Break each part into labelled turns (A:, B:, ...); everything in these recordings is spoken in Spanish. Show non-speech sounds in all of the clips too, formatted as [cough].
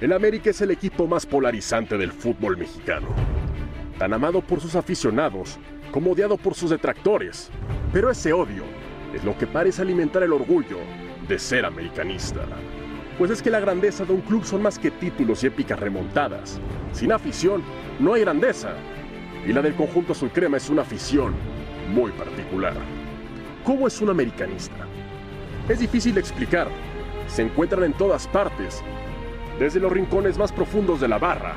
A: El América es el equipo más polarizante del fútbol mexicano. Tan amado por sus aficionados como odiado por sus detractores. Pero ese odio es lo que parece alimentar el orgullo de ser americanista. Pues es que la grandeza de un club son más que títulos y épicas remontadas. Sin afición no hay grandeza. Y la del conjunto azul crema es una afición muy particular. ¿Cómo es un americanista? Es difícil de explicar. Se encuentran en todas partes desde los rincones más profundos de la barra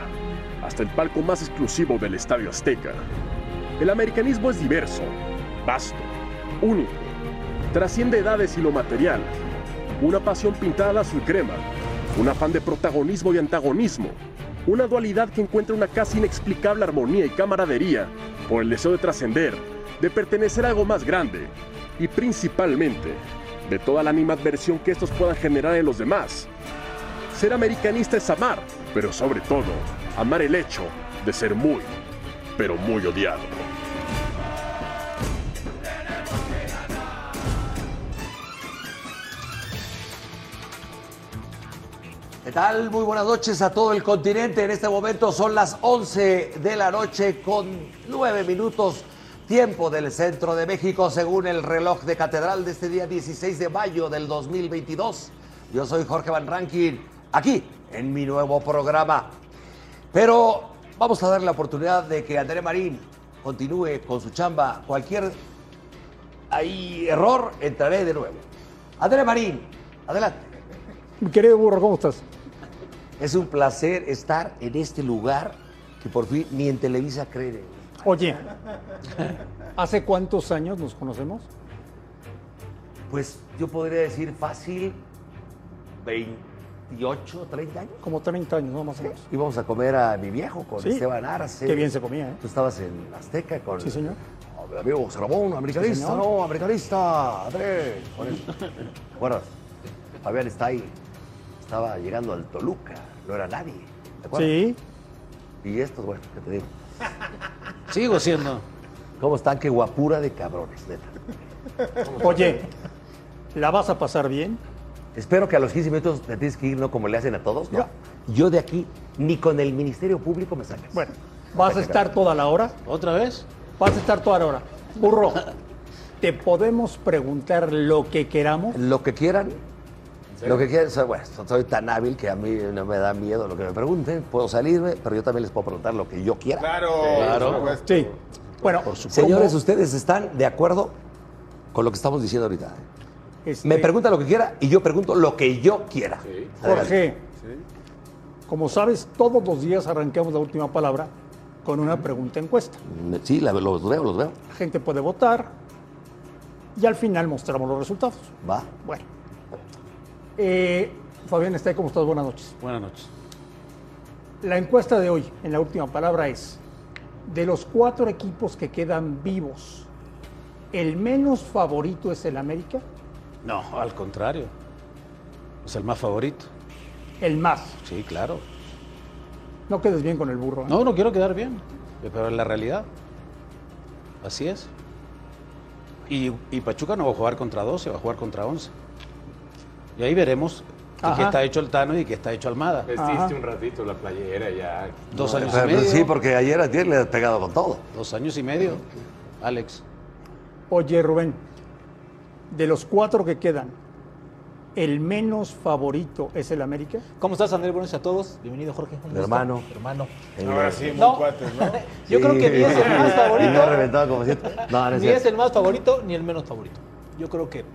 A: hasta el palco más exclusivo del Estadio Azteca. El americanismo es diverso, vasto, único, trasciende edades y lo material, una pasión pintada azul crema, un afán de protagonismo y antagonismo, una dualidad que encuentra una casi inexplicable armonía y camaradería por el deseo de trascender, de pertenecer a algo más grande y principalmente de toda la animadversión que estos puedan generar en los demás. Ser americanista es amar, pero sobre todo, amar el hecho de ser muy, pero muy odiado.
B: ¿Qué tal? Muy buenas noches a todo el continente. En este momento son las 11 de la noche con 9 minutos tiempo del centro de México según el reloj de catedral de este día 16 de mayo del 2022. Yo soy Jorge Van Rankin, aquí en mi nuevo programa. Pero vamos a dar la oportunidad de que André Marín continúe con su chamba. Cualquier ahí error, entraré de nuevo. André Marín, adelante.
C: Mi querido burro, ¿cómo estás?
B: Es un placer estar en este lugar que por fin ni en Televisa creen.
C: Oye, ¿hace cuántos años nos conocemos?
B: Pues yo podría decir fácil 28, 30 años.
C: Como 30 años, ¿no? Más o menos.
B: Íbamos a comer a mi viejo con
C: Sí.
B: Esteban Arce.
C: Qué bien se comía, ¿eh?
B: Tú estabas en Azteca con.
C: Sí, señor.
B: el Amigo Sarabón, americanista,
C: señor.
B: no, americanista, Andrés. Con él.
C: [laughs]
B: ¿Te acuerdas? Fabián está ahí. Estaba llegando al Toluca, no era nadie. ¿Te acuerdas?
C: Sí.
B: Y estos, bueno, ¿qué te digo?
D: Sigo siendo.
B: ¿Cómo están? Qué guapura de cabrones, neta.
C: [laughs] Oye, ¿la vas a pasar bien?
B: Espero que a los 15 minutos te tienes que ir, ¿no? Como le hacen a todos, ¿no? Yo de aquí, ni con el Ministerio Público me sacas.
C: Bueno, ¿vas a estar toda la hora?
D: ¿Otra vez?
C: Vas a estar toda la hora.
B: [laughs]
C: Burro, te podemos preguntar lo que queramos.
B: Lo que quieran. Lo que quieran. Soy, bueno, so- soy tan hábil que a mí no me da miedo lo que me pregunten. Puedo salirme, pero yo también les puedo preguntar lo que yo quiera.
E: Claro,
D: Claro.
E: por supuesto.
C: Sí. Bueno,
B: Señores,
C: ¿cómo
B: ustedes están de acuerdo con lo que estamos diciendo ahorita. ¿eh?
C: este,
B: Me pregunta lo que quiera y yo pregunto lo que yo quiera. Adelante.
C: Jorge, como sabes, todos los días arrancamos la última palabra con una pregunta encuesta.
B: Sí, la- los veo, los veo.
C: La gente puede votar y al final mostramos los resultados.
B: Va.
C: Bueno. Eh, Fabián Estay, ¿cómo estás? Buenas noches.
D: Buenas noches.
C: La encuesta de hoy, en la última palabra, es, de los cuatro equipos que quedan vivos, ¿el menos favorito es el América?
D: No, al contrario. Es el más favorito.
C: El más.
D: Sí, claro.
C: No quedes bien con el burro. ¿eh?
D: No, no quiero quedar bien, pero es la realidad. Así es. Y, y Pachuca no va a jugar contra 12, va a jugar contra 11. Y ahí veremos de qué
C: Ajá.
D: está hecho el Tano y qué está hecho Almada.
E: Vestiste
C: Ajá.
E: un ratito la playera ya.
D: Dos años y
B: Pero
D: medio.
E: pues,
B: sí, porque ayer a ti le has pegado con todo.
D: Dos años y medio, Alex.
C: Oye, Rubén, de los cuatro que quedan, el menos favorito es el América?
F: ¿Cómo estás, Andrés? Buenas noches a todos. Bienvenido, Jorge. Un gusto.
G: Hermano.
F: Hermano.
E: Ahora sí, muy
F: No.
E: cuates, ¿no?
F: Yo creo que ni es el
B: [laughs]
F: más
G: Y me ha
F: favorito,
G: reventado como siete. No, no es
F: ni es
G: cierto.
F: el más favorito, ni el menos favorito. Yo creo que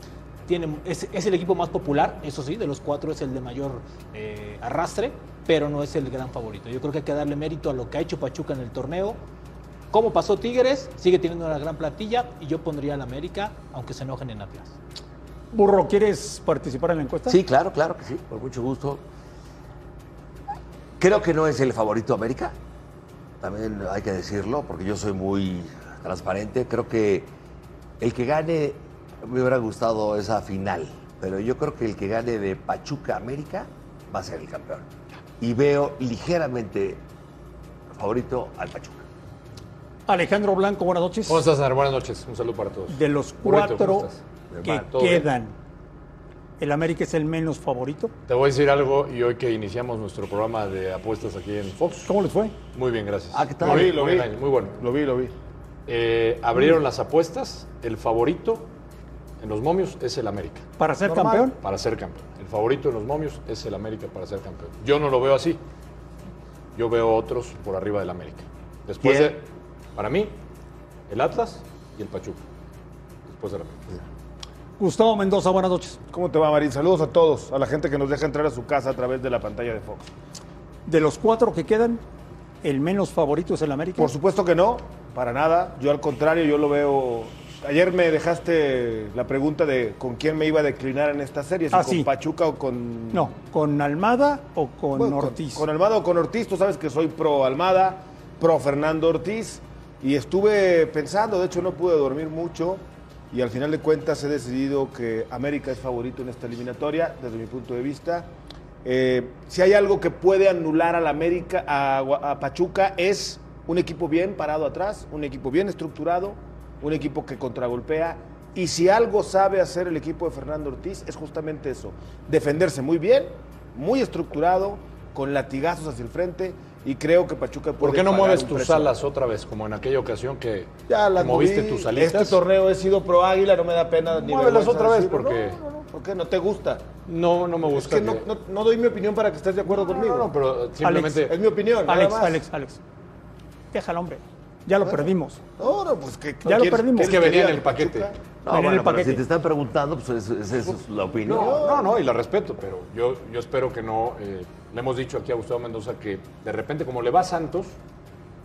F: tiene, es, es el equipo más popular, eso sí, de los cuatro es el de mayor eh, arrastre, pero no es el gran favorito. Yo creo que hay que darle mérito a lo que ha hecho Pachuca en el torneo. Cómo pasó Tigres, sigue teniendo una gran plantilla y yo pondría al América, aunque se enojen en Atlas.
C: Burro, ¿quieres participar en la encuesta?
B: Sí, claro, claro que sí, por mucho gusto. Creo que no es el favorito América, también hay que decirlo, porque yo soy muy transparente. Creo que el que gane, me hubiera gustado esa final, pero yo creo que el que gane de Pachuca América va a ser el campeón. Y veo ligeramente favorito al Pachuca.
C: Alejandro Blanco, buenas noches.
E: ¿Cómo estás, Sar? Buenas noches. Un saludo para todos.
C: de los
E: Burrito, ¿cómo
C: cuatro
E: estás?
C: que
E: Hermano, Pues, todo bien.
C: quedan, ¿el América es el menos favorito?
E: Te voy a decir algo y hoy que iniciamos nuestro programa de apuestas aquí en Fox.
C: ¿Cómo les fue?
E: Muy bien, gracias.
B: Ah, ¿qué tal?
E: Lo vi, lo
B: Muy
E: vi.
B: bien.
E: Nacho, Muy bueno.
H: Lo vi, lo vi.
E: Eh, abrieron las apuestas. El favorito en los momios es el América
C: ¿Para ser campeón?
E: para ser campeón. El favorito en los momios es el América para ser campeón. Yo no lo veo así. Yo veo otros por arriba del América. Después
B: ¿Quién?
E: de, para mí, el Atlas y el Pachuca. Después del América.
C: Gustavo Mendoza, buenas noches.
H: ¿Cómo te va, Marín? Saludos a todos, a la gente que nos deja entrar a su casa a través de la pantalla de Fox.
C: De los cuatro que quedan, ¿el menos favorito es el América?
H: Por supuesto que no, para nada. Yo al contrario, yo lo veo. Ayer me dejaste la pregunta de con quién me iba a declinar en esta serie, si
C: Ah,
H: con
C: sí.
H: Pachuca o con
C: No, ¿con Almada o con
H: Bueno,
C: Ortiz?
H: Con, Almada o con Ortiz, tú sabes que soy pro Almada, pro Fernando Ortiz. Y estuve pensando, de hecho no pude dormir mucho. Y al final de cuentas he decidido que América es favorito en esta eliminatoria, desde mi punto de vista. Eh, si hay algo que puede anular al América, a, Gua- a Pachuca, es un equipo bien parado atrás, un equipo bien estructurado, un equipo que contragolpea. Y si algo sabe hacer el equipo de Fernando Ortiz, es justamente eso: defenderse muy bien, muy estructurado, con latigazos hacia el frente. Y creo que Pachuca puede.
E: ¿Por qué no
H: pagar
E: mueves
H: un
E: tus
H: precio.
E: alas otra vez, como en aquella ocasión que
H: Ya las
E: moviste
H: moví.
E: tus alitas?
H: Este torneo he sido pro águila, no me da pena ni
E: Muévelas
H: vergüenza
E: otra vez,
H: decirlo.
E: porque-
H: No, no, no, ¿por qué? no te gusta.
E: No, no me
H: Es
E: gusta.
H: que no,
E: que-
H: no- no doy mi opinión para que estés de acuerdo
E: No, no,
H: conmigo.
E: no, pero simplemente.
H: Es mi opinión. nada
C: Alex,
H: más.
C: Alex, Alex. Déjalo, hombre. Ya lo perdimos.
H: No, no, pues que.
C: Ya lo perdimos.
E: Es que venía en el paquete.
B: No,
C: Ven en el
B: bueno, pero
C: paquete.
B: si te están preguntando, pues es- es- esa es la opinión.
E: No, no, no, y la respeto, pero yo, yo espero que no. eh, le hemos dicho aquí a Gustavo Mendoza que de repente, como le va a Santos,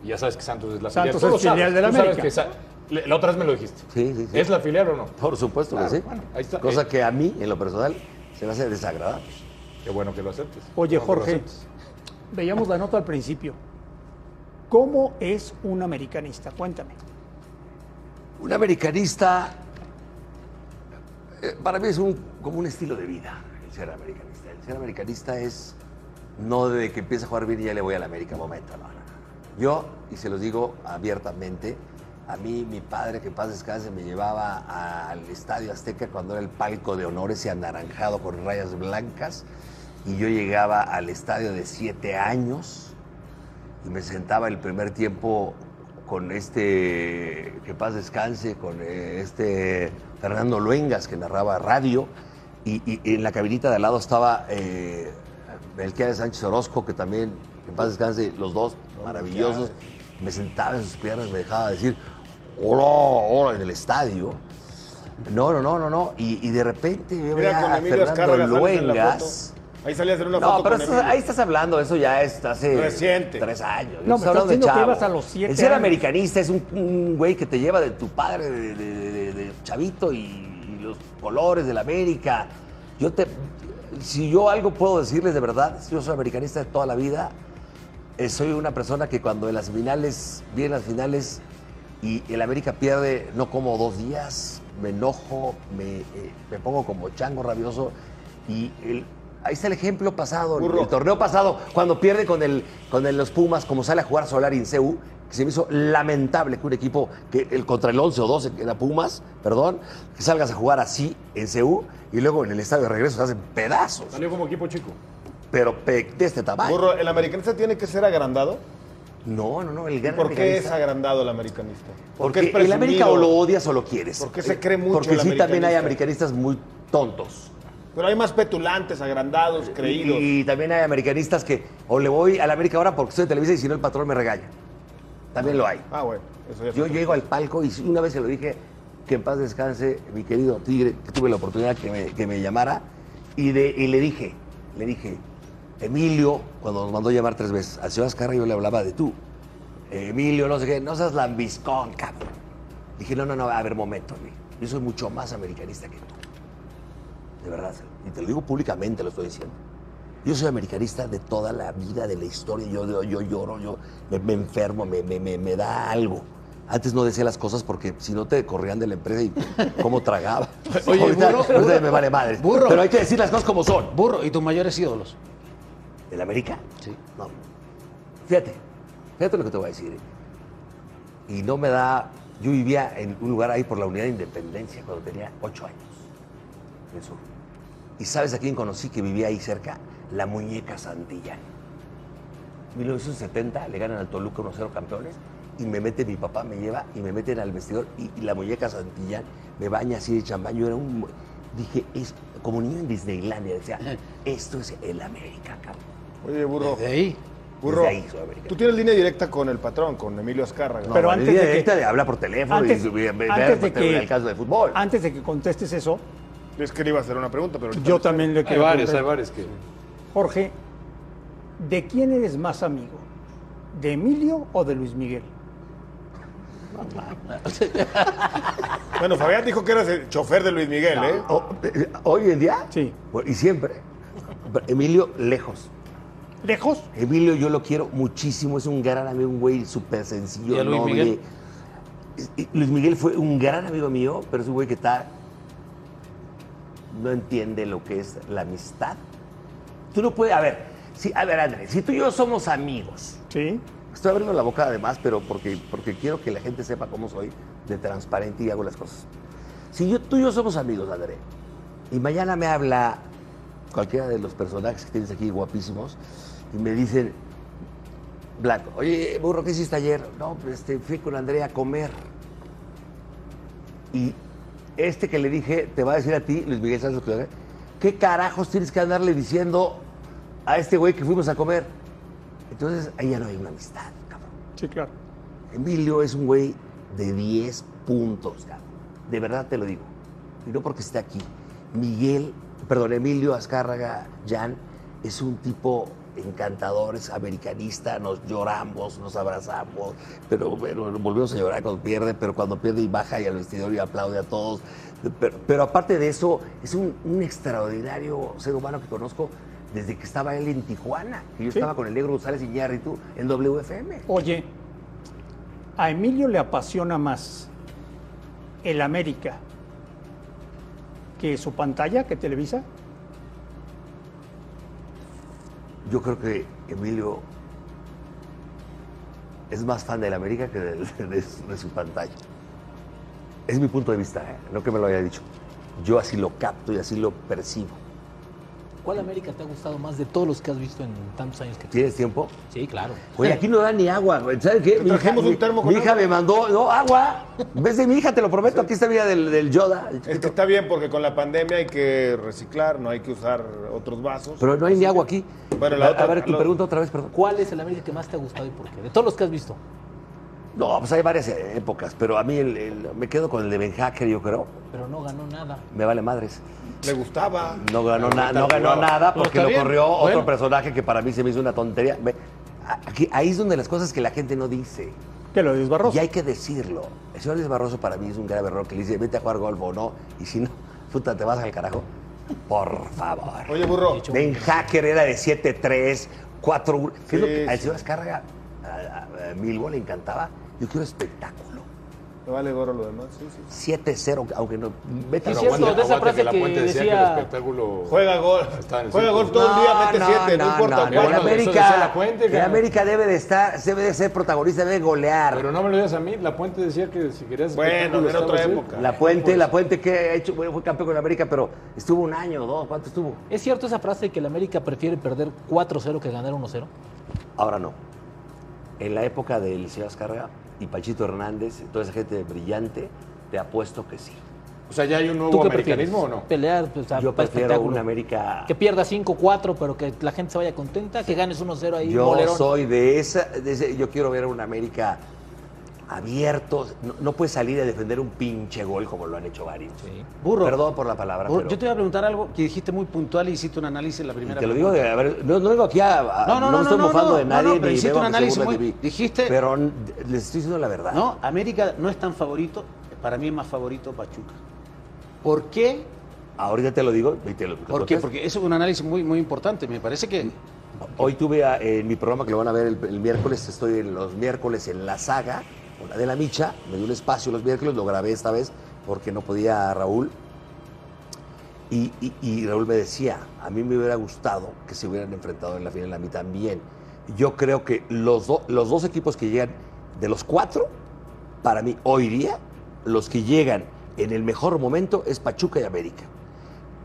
E: y ya sabes que Santos es la filial.
C: Santos
E: tú lo
C: es filial
E: sabes,
C: de la
E: tú sabes
C: América.
E: que sa- le- la otra vez me lo dijiste.
B: Sí, sí, sí.
E: ¿Es la filial o no?
B: Por supuesto
E: Claro,
B: que sí.
E: bueno, ahí está.
B: Cosa
E: Eh.
B: que a mí, en lo personal, se me hace desagradable.
E: Qué bueno que lo aceptes.
C: Oye,
E: Qué bueno que lo
C: Jorge,
E: aceptes.
C: veíamos la nota al principio. ¿Cómo es un americanista? Cuéntame.
B: Un americanista, eh, para mí es un, como un estilo de vida, el ser americanista. El ser americanista es no de que empiece a jugar bien y ya le voy a la América, momento, no, no, no. Yo, y se los digo abiertamente, a mí mi padre, que en paz descanse, me llevaba al Estadio Azteca cuando era el palco de honores y anaranjado con rayas blancas, y yo llegaba al estadio de siete años, y me sentaba el primer tiempo con este, que paz descanse, con eh, este Fernando Luengas que narraba radio, y, y- y en la cabinita de al lado estaba eh, Melquiades Sánchez Orozco, que también, que paz descanse, los dos maravillosos. Me sentaba en sus piernas, me dejaba decir, hola, hola, en el estadio. No, no, no, no, no. Y, y de repente
H: Mira,
B: yo veía
H: con
B: a
H: Emilio
B: Fernando
H: Azcárraga sales en la foto.
B: Luengas.
H: Ahí salías en una foto.
B: No, pero
H: con
B: estás-
H: Emilio.
B: ahí estás hablando, eso ya es hace
H: Reciente.
B: tres años.
C: No,
B: Estás
C: me estás
B: hablando de
C: diciendo que
B: chavo.
C: ibas a los siete
B: El ser
C: años.
B: americanista es un, un güey que te lleva de tu padre, de, de- de- de- de chavito y, y los colores de la América. Yo te, si yo algo puedo decirles de verdad, yo soy americanista de toda la vida. Eh, soy una persona que cuando en las finales, vienen las finales y el América pierde, no como dos días, me enojo, me, eh, me pongo como chango rabioso. Y el- ahí está el ejemplo pasado, el,
H: Burro.
B: el torneo pasado, cuando pierde con, el, con el- los Pumas, como sale a jugar Solar en CEU, que se me hizo lamentable que un equipo que el contra el 11 o 12, que era Pumas, perdón, que salgas a jugar así en CEU y luego en el estadio de regreso se hacen pedazos,
E: Salió como equipo chico.
B: pero pe- de este tamaño.
H: Burro, ¿el americanista tiene que ser agrandado?
B: No, no, no, el
H: ¿Y
B: gran
H: ¿Por qué es
B: americanista-
H: agrandado el americanista? ¿Por qué
B: Porque el América o
H: presumido?
B: lo odias o lo quieres.
H: ¿Por qué se cree mucho
B: Porque
H: el
B: sí, también hay
H: americanista?
B: americanistas muy tontos.
H: Pero hay más petulantes, agrandados, creídos.
B: Y, y también hay americanistas que o le voy al América ahora porque soy de Televisa y si no el patrón me regaña. También lo hay.
H: Ah, bueno, eso ya
B: Yo
H: fue.
B: llego al palco y una vez se lo dije, que en paz descanse mi querido Tigre, que tuve la oportunidad que me, que me llamara, y, de, y le dije, le dije, Emilio, cuando nos mandó llamar tres veces, al señor Azcarra yo le hablaba de tú. Emilio, no sé qué, no seas lambiscón, cabrón. Dije, no, no, no, a ver, momento, Emilio. Yo soy mucho más americanista que tú. De verdad, y te lo digo públicamente, lo estoy diciendo. Yo soy americanista de toda la vida, de la historia. Yo, yo, yo lloro, yo me, me enfermo, me, me- me- me da algo. Antes no decía las cosas porque si no te corrían de la empresa y cómo tragaba.
D: [laughs] Oye,
B: ahorita,
D: burro,
B: ahorita
D: burro.
B: me vale madre.
D: Burro.
B: Pero hay que decir las cosas como son.
D: Burro, ¿y tus mayores ídolos?
B: ¿Del América?
D: Sí.
B: No. Fíjate, fíjate lo que te voy a decir. Y no me da. Yo vivía en un lugar ahí por la Unidad de Independencia cuando tenía ocho años. en el sur. ¿Y sabes a quién conocí que vivía ahí cerca? La muñeca Santillán. 1970 le ganan al Toluca 1-0 campeones y me mete mi papá, me lleva y me meten al vestidor y, y la muñeca Santillán me baña así de champán. Yo era un. Dije, es como niño en Disneylandia. Decía, esto es el América, cabrón.
H: Oye, burro.
D: Desde ahí.
H: burro,
B: Desde ahí, Sudamérica.
H: tú tienes línea directa con el patrón, con Emilio Azcárraga.
C: Pero
B: Pero
C: antes
B: antes
C: de
B: de
C: que-
B: habla por teléfono
C: Antes,
B: y ve- ve-
C: antes
B: ver
C: de
B: por tele-
C: que,
B: el caso de fútbol.
C: antes de que contestes eso,
H: es que le iba a hacer una pregunta, pero ahorita-
C: yo también le
E: Hay
C: quiero
E: varios, hay
C: preguntar.
E: varios que.
C: Jorge, ¿de quién eres más amigo? ¿De Emilio o de Luis Miguel?
H: Bueno, Fabián dijo que eras el chofer de Luis Miguel, ¿eh?
B: O- eh, Hoy en día Pues,
C: Sí.
B: y siempre. Emilio lejos.
C: ¿Lejos?
B: Emilio yo lo quiero muchísimo, es un gran amigo, un güey súper sencillo.
D: ¿Y a Luis
B: noble.
D: Miguel?
B: Y- y Luis Miguel fue un gran amigo mío, pero es un güey que está... No entiende lo que es la amistad. Tú no puedes... A ver, sí, a ver, Andrés, si tú y yo somos amigos,
C: Sí.
B: Estoy abriendo la boca además, pero porque, porque quiero que la gente sepa cómo soy de transparente y hago las cosas. Si yo, tú y yo somos amigos, André, y mañana me habla cualquiera de los personajes que tienes aquí guapísimos y me dicen, Blanco, oye, burro, ¿qué hiciste ayer? No, pues este, fui con Andrea a comer. Y este que le dije, te va a decir a ti, Luis Miguel Sánchez, Ocaña, ¿qué carajos tienes que andarle diciendo a este güey que fuimos a comer? Entonces, ahí ya no hay una amistad, cabrón.
C: Sí, claro.
B: Emilio es un güey de 10 puntos, cabrón. De verdad te lo digo. Y no porque esté aquí. Miguel, perdón, Emilio Azcárraga Jan es un tipo encantador, es americanista, nos lloramos, nos abrazamos, pero bueno, volvemos a llorar cuando pierde, pero cuando pierde y baja y al vestidor y aplaude a todos. Pero, pero aparte de eso, es un, un extraordinario ser humano que conozco desde que estaba él en Tijuana, que yo
C: Sí.
B: estaba con el negro González Iñárritu en WFM.
C: Oye, a Emilio le apasiona más el América que su pantalla, que Televisa.
B: Yo creo que Emilio es más fan del América que del- [laughs] de, su- de su pantalla. Es mi punto de vista, ¿eh? no que me lo haya dicho. Yo así lo capto y así lo percibo.
F: ¿Cuál América te ha gustado más de todos los que has visto en tantos años que tienes?
B: ¿Tienes tiempo?
F: Sí, claro.
B: Oye, aquí no da ni agua, güey. ¿Sabes qué? Mi hija,
H: trajimos un termo
B: mi-
H: con
B: mi hija
H: agua.
B: me mandó, no, agua. En vez de mi hija, te lo prometo, aquí está mi hija del, del Yoda.
H: Es que está bien porque con la pandemia hay que reciclar, no hay que usar otros vasos.
B: Pero no hay ni agua aquí.
H: Bueno, la
B: a,
H: otra-
B: a ver, tu
H: la-
B: pregunta otra vez, perdón.
F: ¿Cuál es el América que más te ha gustado y por qué? De todos los que has visto.
B: No, pues hay varias épocas, pero a mí el- el- me quedo con el de Ben Hacker, yo creo.
F: Pero no ganó nada.
B: Me vale madres.
H: Le gustaba.
B: No ganó, na- no ganó nada porque lo corrió otro personaje que para mí se me hizo una tontería. Ve, a- aquí- ahí es donde las cosas que la gente no dice.
C: Que lo desbarró.
B: Y hay que decirlo. El señor Luis Barroso para mí es un grave error que le dice, vete a jugar golf o no. Y si no, [laughs] puta, te vas al carajo. Por favor.
H: Oye, burro.
B: Ben Hacker era de 7-3, 4 ¿Qué es lo que
H: Sí,
B: al
H: sí.
B: señor Azcárraga, a, a- a Milbo le encantaba? Yo quiero espectáculo.
H: Me vale gorro lo demás. Sí, sí.
B: 7-0, aunque no... Vete
F: Sí,
B: a-
F: es cierto, de esa frase
E: La
F: que
E: Puente decía, que
F: decía-
E: el espectáculo.
H: Juega gol.
E: Está en el
H: Juega
E: círculo.
H: gol todo el día, mete siete, no, importa.
B: No, el
H: cuatro.
E: eso
B: América,
E: decía la Puente,
B: el
E: cabrón.
B: América debe de estar, se debe de ser protagonista, debe de golear.
E: Pero no me lo digas a mí, La Puente decía que si querías.
H: Bueno,
E: espectáculo,
H: era otra
E: estaba así.
H: época.
B: la
E: Pues.
B: Puente, la Puente que ha hecho, bueno, fue campeón con América, pero estuvo un año, dos, ¿cuánto estuvo?
F: ¿Es cierto esa frase de que el América prefiere perder 4-0 que ganar 1-0?
B: Ahora no. En la época de Eliseo Azcárraga y Panchito Hernández, toda esa gente brillante, te apuesto que sí.
E: O sea, ¿ya hay un
F: ¿Tú
E: nuevo
F: qué
E: americanismo o
F: prefieres?
E: no?
F: Pelear, pues, a-
B: Yo
F: para
B: prefiero
F: espectáculo.
B: un América.
F: Que pierda 5-4, pero que la gente se vaya contenta, que ganes 1-0 ahí,
B: Yo
F: bolerón.
B: soy de esa, de ese- yo quiero ver a un América abierto. No, no puede salir a defender un pinche gol como lo han hecho varios.
F: Sí.
D: Burro.
B: Perdón por la palabra.
D: Burro,
B: pero-
D: Yo te iba a preguntar algo que dijiste muy puntual y hiciste un análisis en la
B: y
D: primera.
B: te lo digo, de- a ver, no, no vengo aquí a. a-
D: No, no, no,
B: me estoy
D: no, no,
B: mofando
D: no,
B: de
D: no,
B: nadie
D: no, pero
B: ni
D: hiciste
B: veo
D: un
B: que se
D: análisis
B: burlen
D: muy-
B: de mí.
D: dijiste-
B: Pero n- les estoy diciendo la verdad.
D: No, América no es tan favorito. Para mí es más favorito Pachuca. ¿Por qué?
B: Ahorita te lo digo y te lo
D: ¿Por qué? Porque eso es un análisis muy, muy importante. Me parece que.
B: Hoy tuve a- en mi programa que lo van a ver el, el miércoles, estoy en los miércoles en la saga, con la de la Micha, me dio un espacio los miércoles, lo grabé esta vez porque no podía Raúl. Y, y- y Raúl me decía, a mí me hubiera gustado que se hubieran enfrentado en la final a mí también. Yo creo que los, do- los dos equipos que llegan, de los cuatro, para mí hoy día, los que llegan en el mejor momento es Pachuca y América.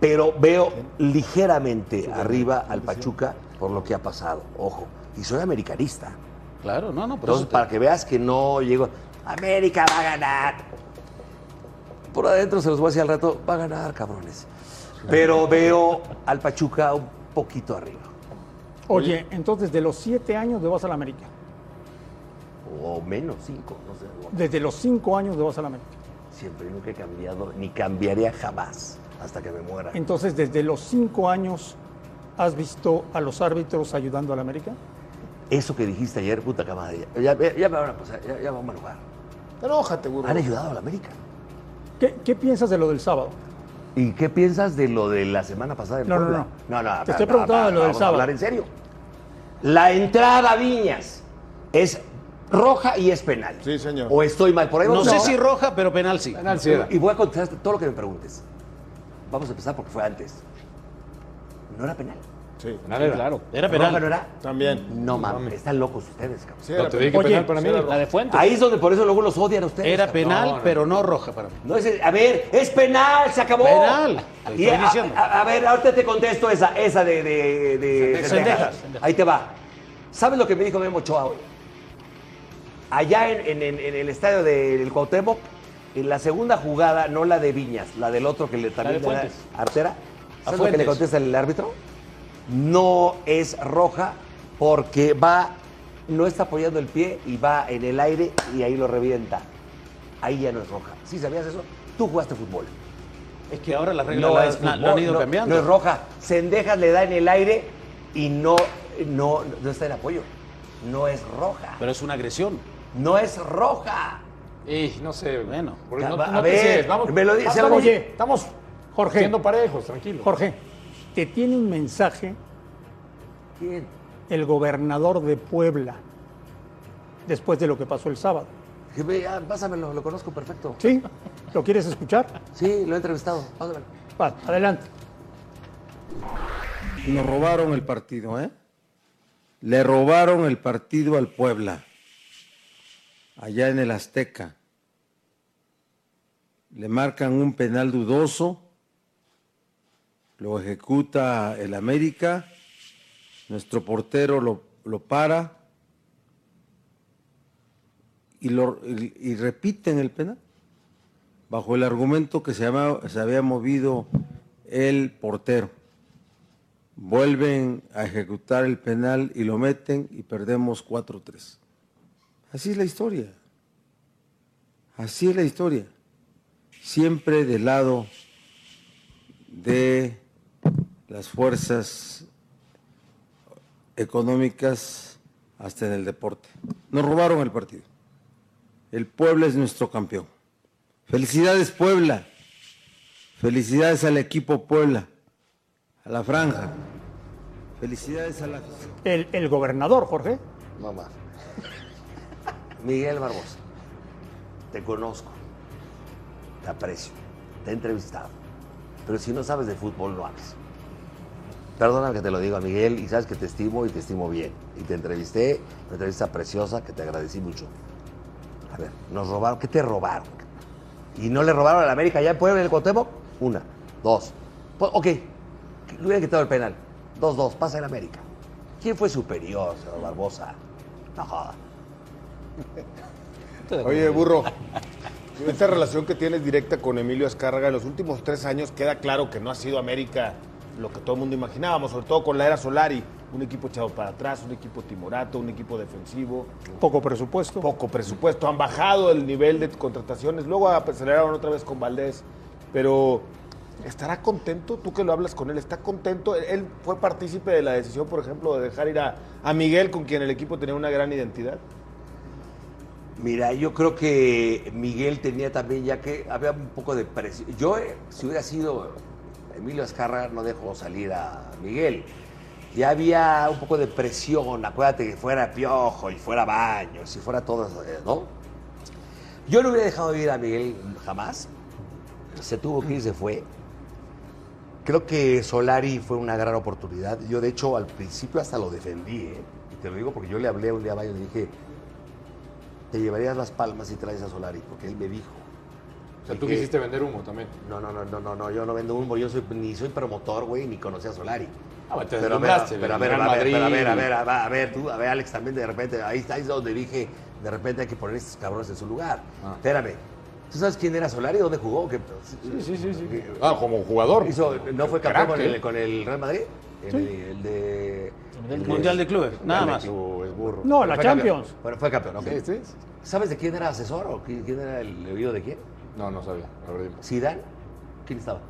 B: Pero veo ligeramente arriba al Pachuca por lo que ha pasado, ojo. Y soy americanista.
D: Claro, no, no. por
B: Entonces,
D: eso te-
B: para que veas que no llego, América va a ganar. Por adentro se los voy a decir al rato, va a ganar, cabrones. Pero veo al Pachuca un poquito arriba.
C: Oye, entonces de los siete años de vas al América.
B: O menos cinco, no sé. bueno,
C: Desde los cinco años de vas al América.
B: Siempre nunca he cambiado, ni cambiaría jamás hasta que me muera.
C: Entonces, desde los cinco años, ¿has visto a los árbitros ayudando al América?
B: Eso que dijiste ayer, puta cama de ya, ya, ya me van a pasar, ya, ya vamos a jugar.
H: Enójate, burro.
B: Han ayudado a la América.
C: ¿Qué, qué piensas de lo del sábado?
B: ¿Y qué piensas de lo de la semana pasada en
C: No, no,
B: Puebla?
C: no.
B: no,
C: Te estoy preguntando de lo del
B: vamos a hablar
C: sábado.
B: en serio. La entrada a Viñas es roja y es penal.
H: Sí, señor.
B: O estoy mal por ahí.
D: No
B: vamos a
D: sé
B: hablar.
D: si roja, pero penal sí.
E: Penal sí era.
B: Y voy a contestar todo lo que me preguntes. Vamos a empezar porque fue antes. No era penal.
H: Sí,
E: Penal era.
D: Claro, era penal.
B: ¿Roja no era?
H: también.
B: No mames, están locos ustedes, cabrón.
H: Sí,
E: No,
H: era
E: te dije que
C: Oye,
E: penal para mí.
C: sí era
F: La de Fuentes.
B: Ahí es donde por eso luego los odian a ustedes.
D: Era
B: cabrón.
D: penal, pero no roja para mí.
B: No, es, a ver, es penal, se acabó.
D: Penal, te
B: Y
D: estoy
B: a,
D: diciendo.
B: a- a ver, ahorita te contesto esa, esa de, de, de-
D: Sendejas.
B: Sendejas.
D: Sendejas.
B: Ahí te va. ¿Sabes lo que me dijo Memo Ochoa hoy? Allá en, en- en- en el estadio del Cuauhtémoc, en la segunda jugada, no la de Viñas, la del otro que le también
F: de
B: le da
F: Fuentes.
B: Artera. ¿Sabes lo que
D: Fuentes.
B: le contesta el árbitro? No es roja porque va, no está apoyando el pie y va en el aire y ahí lo revienta. Ahí ya no es roja. ¿Sí sabías eso? Tú jugaste fútbol.
D: Es que ahora las reglas
B: No
D: la-
B: es
D: la- la
B: fútbol,
D: han ido
B: no-
D: cambiando.
B: No es roja. Sendejas le da en el aire y no, no, no está en apoyo. No es roja.
D: Pero es una agresión.
B: No es roja.
E: Ey, no sé.
D: Bueno.
E: Por- no-
B: A-
E: no
B: a
E: te
B: ver,
E: ciegues, vamos.
B: me lo di- se lo
E: estamos-
C: di-
E: Estamos
C: Jorge.
E: siendo parejos, tranquilo.
C: Jorge, te tiene un mensaje
B: ¿Quién?
C: el gobernador de Puebla después de lo que pasó el sábado.
B: Que me- ah, pásamelo, lo conozco perfecto.
C: ¿Sí? ¿Lo quieres escuchar?
B: Sí, lo he entrevistado. Pásamelo.
C: Va, adelante.
I: Nos robaron el partido, ¿eh? Le robaron el partido al Puebla, allá en el Azteca. Le marcan un penal dudoso, lo ejecuta el América, nuestro portero lo, lo para y, lo- y- y repiten el penal, bajo el argumento que se, llama- se había movido el portero vuelven a ejecutar el penal y lo meten y perdemos 4-3. Así es la historia. Así es la historia. Siempre del lado de las fuerzas económicas hasta en el deporte. Nos robaron el partido. El Puebla es nuestro campeón. Felicidades Puebla. Felicidades al equipo Puebla a la franja. Felicidades a la
C: El, el gobernador, Jorge.
B: Mamá. Miguel Barbosa, te conozco, te aprecio, te he entrevistado, pero si no sabes de fútbol, no hables. Perdóname que te lo diga, Miguel, y sabes que te estimo y te estimo bien. Y te entrevisté, una entrevista preciosa que te agradecí mucho. A ver, nos robaron, ¿qué te robaron? Y no le robaron a la América ya en Puebla en el Cuauhtémoc. Una, dos. Po- ok, le hubieran quitado el penal. Dos, dos, pasa el América. ¿Quién fue superior, señor Barbosa? No joda.
H: Oye, burro. Esta relación que tienes directa con Emilio Azcárraga en los últimos tres años queda claro que no ha sido América lo que todo el mundo imaginábamos, sobre todo con la era Solari, un equipo echado para atrás, un equipo timorato, un equipo defensivo,
C: Poco presupuesto.
H: poco presupuesto, han bajado el nivel de contrataciones, luego aceleraron otra vez con Valdés, pero ¿estará contento? Tú que lo hablas con él, ¿está contento? Él fue partícipe de la decisión, por ejemplo, de dejar ir a, a Miguel, con quien el equipo tenía una gran identidad.
B: Mira, yo creo que Miguel tenía también, ya que había un poco de presión. Yo, eh, si hubiera sido Emilio Azcarra, no dejó salir a Miguel. Ya había un poco de presión, acuérdate que fuera Piojo y fuera Baños y fuera todo, eso, eh, ¿no? Yo no hubiera dejado ir a Miguel jamás. Se tuvo que ir, se fue. Creo que Solari fue una gran oportunidad. Yo, de hecho, al principio hasta lo defendí, ¿eh? Y te lo digo porque yo le hablé un día a Baños y le dije, te llevarías las palmas y traes a Solari, porque él me dijo.
E: O sea, tú
B: que-
E: quisiste vender humo también.
B: No, no, no, no, no, no, yo no vendo humo, yo soy, ni soy promotor, güey, ni conocí a Solari.
E: Ah, te
B: Pero a ver,
E: deslumbraste,
B: pero a
E: el
B: ver,
E: Real
B: a ver,
E: Madrid.
B: pero a ver, a ver, a ver, a ver, tú, a ver, Alex, también de repente, ahí está, ahí es donde dije, de repente hay que poner estos cabrones en su lugar.
E: Ah.
B: Espérame, ¿tú sabes quién era Solari? ¿Dónde jugó? ¿Qué- Eh,
E: Sí, sí, sí. sí. Ah, como jugador.
B: hizo- ¿No fue campeón
E: Crack,
B: con
E: ¿eh?
B: el, con el Real Madrid? El, el de...
F: El
D: Mundial de Clubes, nada
B: Dale,
D: más.
B: tú, es burro.
C: No,
B: Pero
C: la
B: fue campeón.
C: Champions.
B: Bueno, fue campeón, ok.
E: Sí, sí, sí.
B: ¿Sabes de quién era asesor o qui- quién era el oído de quién?
E: No, no sabía. La verdad.
B: Zidane, ¿quién estaba?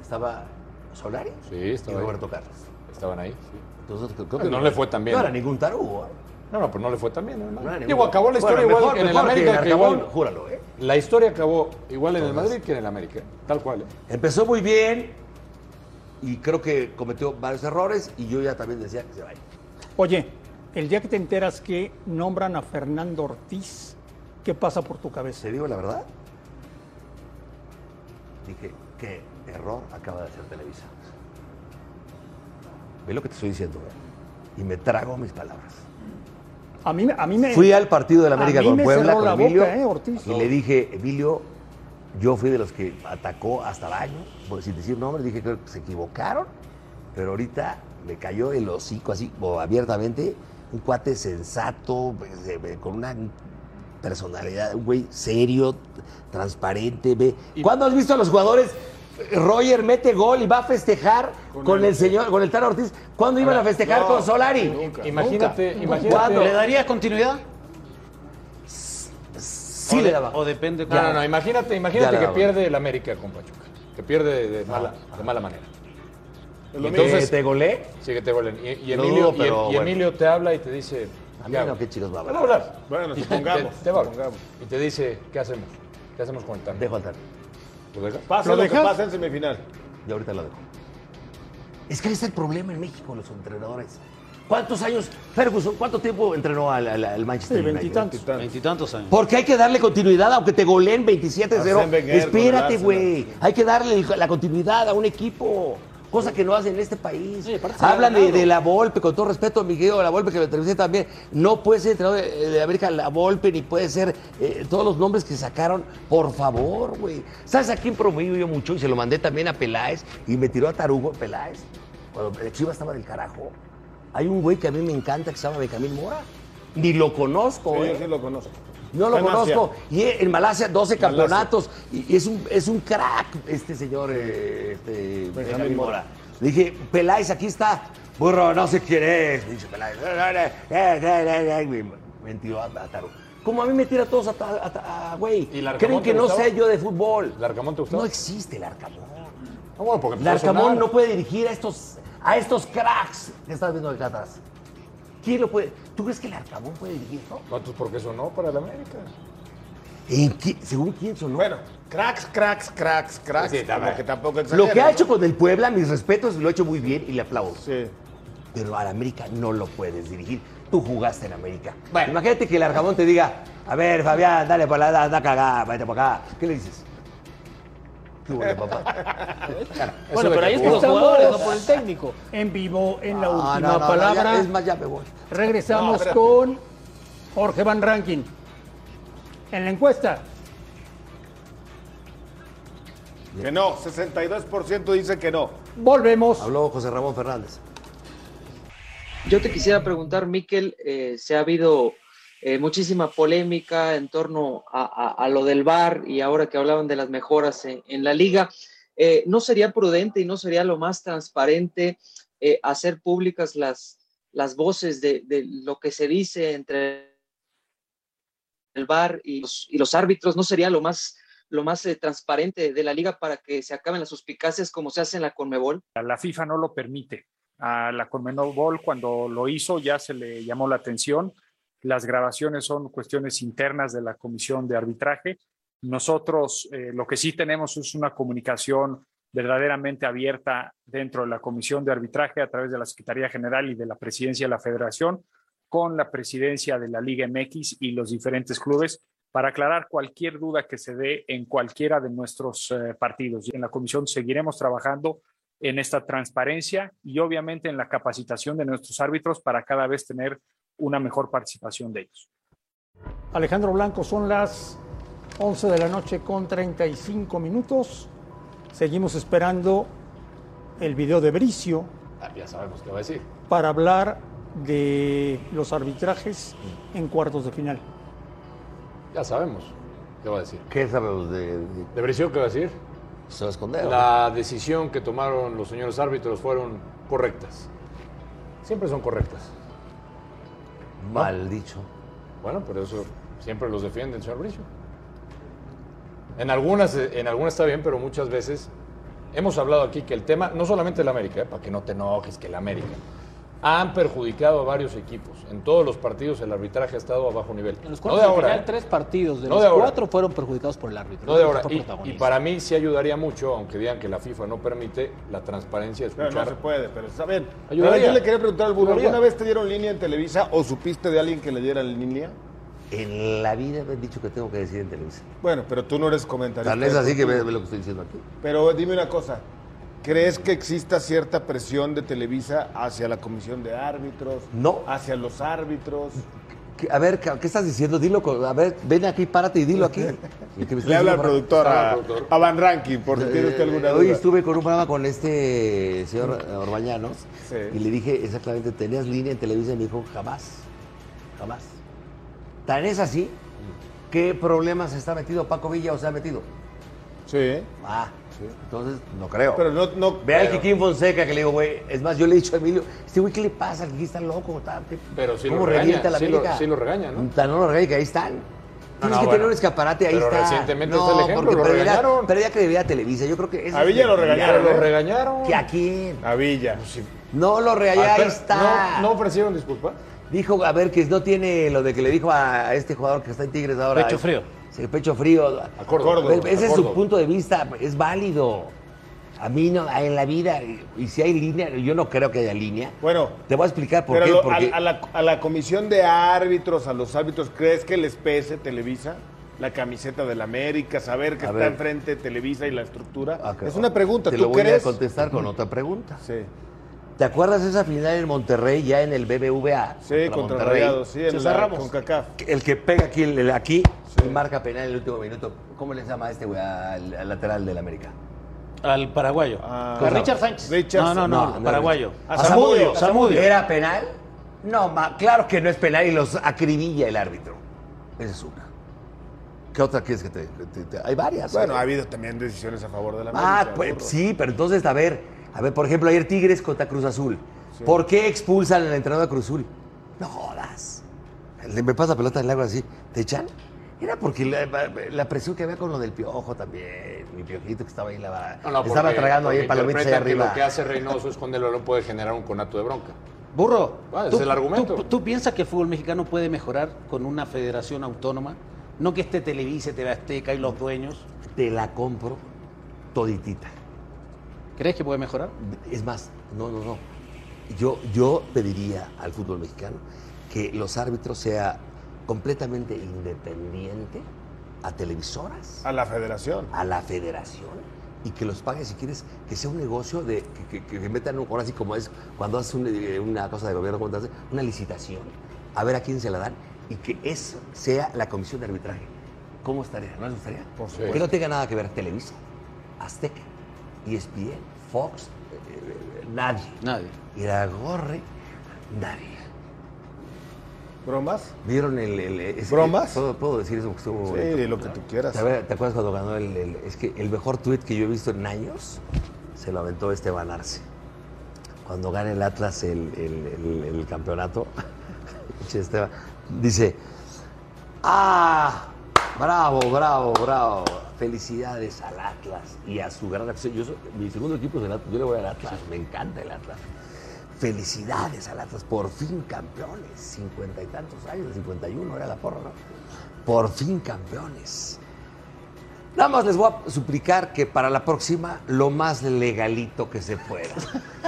B: Estaba Solari
E: Sí,
B: y
E: estaba ahí.
B: Roberto Carlos.
E: Estaban ahí. sí.
B: Entonces, creo que
E: Ah, No le fue tan bien.
B: No era ningún tarugo. ¿eh?
E: No, pues no, pero no le fue tan bien. ¿no?
B: No era ningún-
E: Digo, acabó la historia
B: Bueno,
E: igual
B: mejor-
E: en el
B: mejor que
E: América que
B: Arcabón,
E: igual.
B: Júralo, ¿eh?
E: La historia acabó igual en el Madrid que en el América. Tal cual. ¿eh?
B: Empezó muy bien y creo que cometió varios errores y yo ya también decía que se vaya.
C: Oye, el día que te enteras que nombran a Fernando Ortiz, ¿qué pasa por tu cabeza?
B: Se digo la verdad. Dije, qué error acaba de hacer Televisa. Ve lo que te estoy diciendo, ¿eh? Y me trago mis palabras.
C: A mí, a mí me...
B: Fui al partido de la América
C: A mí
B: con
C: me
B: Puebla
C: cerró
B: con
C: la
B: Emilio
C: boca, eh, Ortiz.
B: y le dije, Emilio, yo fui de los que atacó hasta Baños, pues, sin decir nombres, dije creo que se equivocaron, pero ahorita me cayó el hocico así, o abiertamente, un cuate sensato, pues, eh, eh, con una personalidad, un güey serio, transparente, ve. ¿Cuándo has visto a los jugadores? Roger mete gol y va a festejar con, el, señor, con el Tano Ortiz. ¿Cuándo iban a festejar con Este Solari?
E: Imagínate, imagínate.
B: ¿Cuándo?
D: ¿Le darías continuidad?
B: Sí
D: o,
B: le
D: de-
B: daba.
D: o depende
E: No, no, no,
D: cómo-
E: imagínate,
B: Ya
E: imagínate
B: la
E: que
B: daba.
E: pierde el América con Pachuca. Que pierde de mala, de mala manera.
B: Entonces,
E: Entonces,
B: te golé.
E: sí que te vuelen. Y, y
B: Lo
E: Emilio,
B: dudo,
E: y- Em-
B: pero
E: y
B: bueno.
E: Emilio te habla y te dice.
B: A mí
E: "Ya,
B: no,
E: güey".
B: qué chicos va a
E: Te va a
B: hablar.
E: hablar.
H: Bueno,
E: Y te-
H: supongamos,
E: Te, te va a hablar.
H: supongamos.
E: Y te dice, ¿qué hacemos? ¿Qué hacemos con el Tano?
B: Dejo al Tano.
E: ¿Lo dejas?
H: Pase
C: ¿Lo
H: lo, que
C: dejas?
H: pase en semifinal.
B: Y ahorita lo dejo. Es que ahí está el problema en México, los entrenadores. ¿Cuántos años, Ferguson, cuánto tiempo entrenó al, al- al Manchester
C: Sí,
B: United?
C: veintitantos.
D: Veintitantos años.
B: Porque hay que darle continuidad, aunque te goleen 27-0.
H: Arsène Wenger con el
B: Espérate,
H: Arsenal.
B: güey. Hay que darle el- la continuidad a un equipo. Cosa que no hacen en este país.
D: Sí, aparte se le ha
B: Hablan de,
D: ganado.
B: de la Volpe, con todo respeto a Miguel de la Volpe, que lo entrevisté también. No puede ser entrenador de, de América la Volpe, ni puede ser eh, todos los nombres que sacaron. Por favor, güey. ¿Sabes a quién promuevo yo mucho? Y se lo mandé también a Peláez y me tiró a Tarugo Peláez. Cuando Chivas estaba del carajo. Hay un güey que a mí me encanta que se llama Benjamín Mora. Ni lo conozco, ¿eh?
H: Sí,
B: güey.
H: yo sí lo conozco.
B: No lo
H: Está en Asia.
B: conozco. Y en Malasia, 12 campeonatos. Y y es un, es un crack este señor eh, este, Benjamín Mora. Le dije, Peláez, aquí está. Burro, no sé quién es. Me dice Peláez. "Eh, eh, eh, eh, eh", y me- Me tiró a a Taro. Como a mí me tira a todos a, ta- a ta- a- güey.
E: ¿Y el Arcamón
B: Creen que
E: te
B: no
E: gustaba?
B: sé yo de fútbol.
E: ¿El Arcamón te gustaba?
B: No existe el Arcamón.
E: Ah, bueno, porque empezó a
B: Larcamón
E: sonar.
B: no puede dirigir a estos, a estos cracks que estás viendo acá atrás. ¿Quién lo puede? ¿Tú crees que el Arcamón puede dirigir esto?
E: No, entonces, ¿por qué sonó para el América?
B: ¿En qué- ¿Según quién sonó?
H: Bueno, cracks, cracks, cracks, cracks.
E: Sí, está
H: como
E: bien.
H: que tampoco
B: lo
H: exageren,
B: que ha
H: ¿no?
B: hecho con el Puebla, mis respetos, lo ha hecho muy bien y le aplaudo.
H: Sí.
B: Pero al América no lo puedes dirigir. Tú jugaste en América. Imagínate que el Arcamón te diga, a ver, Fabián, dale para la, anda a cagar, vete para acá. ¿Qué le dices? ¿Qué hubo,
E: [laughs]
B: papá?
F: Bueno, pero ahí es por los
C: Estamos-
F: jugadores, no por el técnico.
C: En vivo, en la
B: Ah, No,
C: última
B: no, no, no,
C: palabra.
B: ya- es más, ya me voy.
C: Regresamos con Jorge Van Rankin. En la encuesta,
H: Que no, 62% dice que no.
C: volvemos.
B: Habló José Ramón Fernández.
J: Yo te quisiera preguntar, Miquel, eh, si ha habido eh, muchísima polémica en torno a, a, a, lo del VAR y ahora que hablaban de las mejoras en, en la liga. Eh, ¿No sería prudente y no sería lo más transparente eh, hacer públicas las, las voces de, de, lo que se dice entre el VAR y los, y los árbitros? ¿No sería lo más lo más eh, transparente de la liga para que se acaben las suspicacias como se hace en la Conmebol?
K: La FIFA no lo permite. A la Conmebol cuando lo hizo ya se le llamó la atención. Las grabaciones son cuestiones internas de la comisión de arbitraje. Nosotros eh, lo que sí tenemos es una comunicación verdaderamente abierta dentro de la comisión de arbitraje a través de la Secretaría General y de la Presidencia de la Federación con la presidencia de la Liga MX y los diferentes clubes para aclarar cualquier duda que se dé en cualquiera de nuestros eh, partidos. En la comisión seguiremos trabajando en esta transparencia y obviamente en la capacitación de nuestros árbitros para cada vez tener una mejor participación de ellos.
C: Alejandro Blanco, son las 11 de la noche con 35 minutos. Seguimos esperando el video de Bricio.
E: Ah, ya sabemos qué va a decir.
C: Para hablar de los arbitrajes en cuartos de final.
E: Ya sabemos qué va a decir.
B: ¿Qué sabemos de, de...
E: ¿De Bricio qué va a decir?
B: Se va a esconder.
E: La decisión que tomaron los señores árbitros fueron correctas. Siempre son correctas.
B: Mal ¿No? dicho.
E: Bueno, pero eso siempre los defiende el señor Bricio. En algunas, eh, en algunas está bien, pero muchas veces hemos hablado aquí que el tema, no solamente el América, eh, para que no te enojes, que el América, han perjudicado a varios equipos. En todos los partidos el arbitraje ha estado a bajo nivel.
F: En los
E: no de ahora. ¿eh?
F: Final, tres partidos de no los de cuatro ahora. fueron perjudicados por el árbitro.
E: No, no de ahora. Y, y, para mí sí ayudaría mucho, aunque digan que la FIFA no permite la transparencia de escuchar.
H: Pero no se puede, pero está bien. Ayudaría. Pero yo le quería preguntar al Burro, ¿alguna vez te dieron línea en Televisa o supiste de alguien que le diera línea?
B: En la vida me han dicho que tengo que decir en Televisa.
H: Bueno, pero tú no eres comentarista.
B: Tal vez así que ve, ve lo que estoy diciendo aquí.
H: Pero dime una cosa, ¿Crees que exista cierta presión de Televisa hacia la comisión de árbitros?
B: No.
H: ¿Hacia los árbitros?
B: A ver, ¿qué estás diciendo? Dilo, a ver, ven aquí, párate y dilo
H: [laughs]
B: aquí.
H: Le habla al productor,
B: Ah,
H: a, a, Van Ranking, por si eh, tienes que alguna duda.
B: Hoy estuve con un programa con este señor Orbañanos sí. y le dije exactamente, ¿tenías línea en Televisa? Y me dijo, jamás, jamás. Tan es así, ¿qué problemas está metido Paco Villa o se ha metido?
H: Sí.
B: Ah, Sí. Entonces, no creo.
H: Pero no, no
B: Ve al Kikín Fonseca que le digo, güey. Es más, yo le he dicho a Emilio, este güey, ¿qué le pasa? El Kikín está loco. Está,
E: pero sí ¿Cómo lo regaña, la sí lo, sí lo regaña, ¿no?
B: Tan no lo regaña que ahí están. No, Tienes no, que bueno. tener un escaparate, ahí
E: pero
B: está.
E: recientemente no, es el ejemplo, porque
B: lo
E: perdía, regañaron.
B: Perdía credibilidad Televisa, yo creo que...
H: A Villa lo regañaron.
E: Lo regañaron.
B: ¿Que a quién? Pues
H: A Villa. Ah,
B: No lo regañaron, ahí está.
E: ¿No, ofrecieron disculpas?
B: Dijo, a ver, que no tiene lo de que le dijo a este jugador que está en Tigres ahora.
F: Pecho frío
B: el pecho frío.
E: Acordo,
B: Ese acordo. es su punto de vista, es válido. A mí no, en la vida, y si hay línea, yo no creo que haya línea.
H: Bueno.
B: Te voy a explicar por pero qué.
H: Lo,
B: porque...
H: a, a, la, a, la, comisión de árbitros, a los árbitros, ¿crees que les pese Televisa? La camiseta del América, saber que a está ver. enfrente Televisa y la estructura. Okay, es una pregunta,
B: Ah, te
H: ¿tú
B: lo voy
H: crees?
B: a contestar con otra pregunta.
H: Sí.
B: ¿Te acuerdas esa final en Monterrey, ya en el BBVA?
H: Sí, contra, Monterrey. sí, en la, Ramos. Con Cacá.
B: El que pega aquí, el, el aquí sí. y marca penal en el último minuto. ¿Cómo le llama a este güey, al, al, lateral del América?
F: Al paraguayo. Ah, a Richard Sánchez.
H: Richard,
F: no, no, no, no, paraguayo.
B: A Samudio, Samudio. ¿Era penal? No, ma, claro que no es penal y los acribilla el árbitro. Esa es una. ¿Qué otra quieres que te, te, te, Hay varias.
H: Bueno, ¿sabes? ha habido también decisiones a favor de la
B: América. Ah, pues, sí, pero entonces, a ver, a ver, por ejemplo, ayer Tigres contra Cruz Azul. Sí. ¿Por qué expulsan al entrenador de Cruz Azul? No jodas. Me pasa pelota del agua así. ¿Te echan? Era porque la, la, presión que había con lo del piojo también. Mi piojito que estaba ahí la
F: Ah,
B: no, no, Estaba porque, tragando porque ahí palomitas ahí arriba.
E: Que lo que hace Reynoso es con el balón puede generar un conato de bronca.
F: Burro,
E: ah, es el argumento.
F: ¿tú, ¿tú piensas que el fútbol mexicano puede mejorar con una federación autónoma? No que esté Televisa, TV Azteca y los dueños.
B: Te la compro toditita.
F: ¿Crees que puede mejorar?
B: Es más, no, no, no. Yo, yo pediría al fútbol mexicano que los árbitros sean completamente independientes a televisoras.
H: A la federación.
B: A la federación. Y que los pague, si quieres, que sea un negocio de que, que, que metan un, ahora así como es cuando haces un, eh, una cosa de gobierno, cuando haces una licitación, a ver a quién se la dan y que eso sea la comisión de arbitraje. ¿Cómo estaría? ¿No les gustaría?
H: Por supuesto.
B: Que no tenga nada que ver Televisa, Azteca, E ESPN, Fox, eh, eh, nadie.
F: Nadie.
B: Y la gorre, nadie.
H: ¿Bromas?
B: ¿Vieron el. el- es-
H: ¿Bromas?
B: Puedo, puedo decir eso porque estuvo.
H: Sí, de lo que tú quieras.
B: ¿Te, acuerdas- te acuerdas cuando ganó el, el- Es que el mejor tuit que yo he visto en años se lo aventó Esteban Arce. Cuando gana el Atlas el, el- el- el campeonato, [laughs] che, Esteban, dice: ¡Ah! Bravo, bravo, bravo. Felicidades al Atlas y a su gran acción. Yo, so- mi segundo equipo es el Atlas. Yo le voy al Atlas. Me encanta el Atlas. Felicidades al Atlas. Por fin campeones. Cincuenta y tantos años. 51 era la porra, ¿no? Por fin campeones. Nada más les voy a suplicar que para la próxima lo más legalito que se pueda.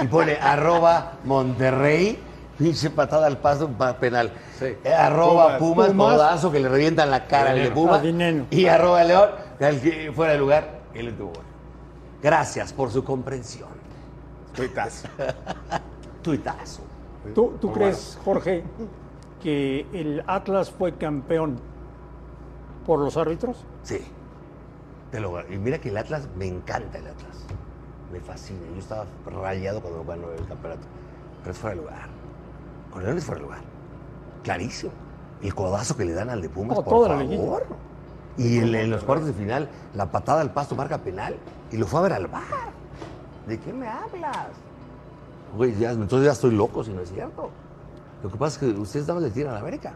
B: Y pone arroba Monterrey, pinche patada al paso, pa- penal. Eh, arroba
L: Pumas.
B: Pumas,
L: Pumas.
B: codazo que le revientan la cara al de
L: Dinero. Ah,
B: Pumas.
L: dinero.
B: Y arroba León, al que fuera de lugar, él estuvo. bueno. Gracias por su comprensión. [laughs]
H: Tuitazo.
B: Tuitazo.
C: ¿Tú, tú
B: Muy
C: crees, Jorge, que el Atlas fue campeón por los árbitros?
B: Sí. Te lo- y mira que el Atlas, me encanta el Atlas. Me fascina. Yo estaba rayado cuando ganó el campeonato. Pero es fuera de lugar. Con León es fuera de lugar. Clarísimo. El codazo que le dan al de Pumas,
C: No,
B: por
C: toda la liguilla.
B: favor. Y el- en los cuartos de final, la patada al pasto marca penal. Y lo fue a ver al bar. ¿De qué me hablas? Güey, ya- entonces ya estoy loco si no es cierto. Lo que pasa es que ustedes nada más le tiran a la América.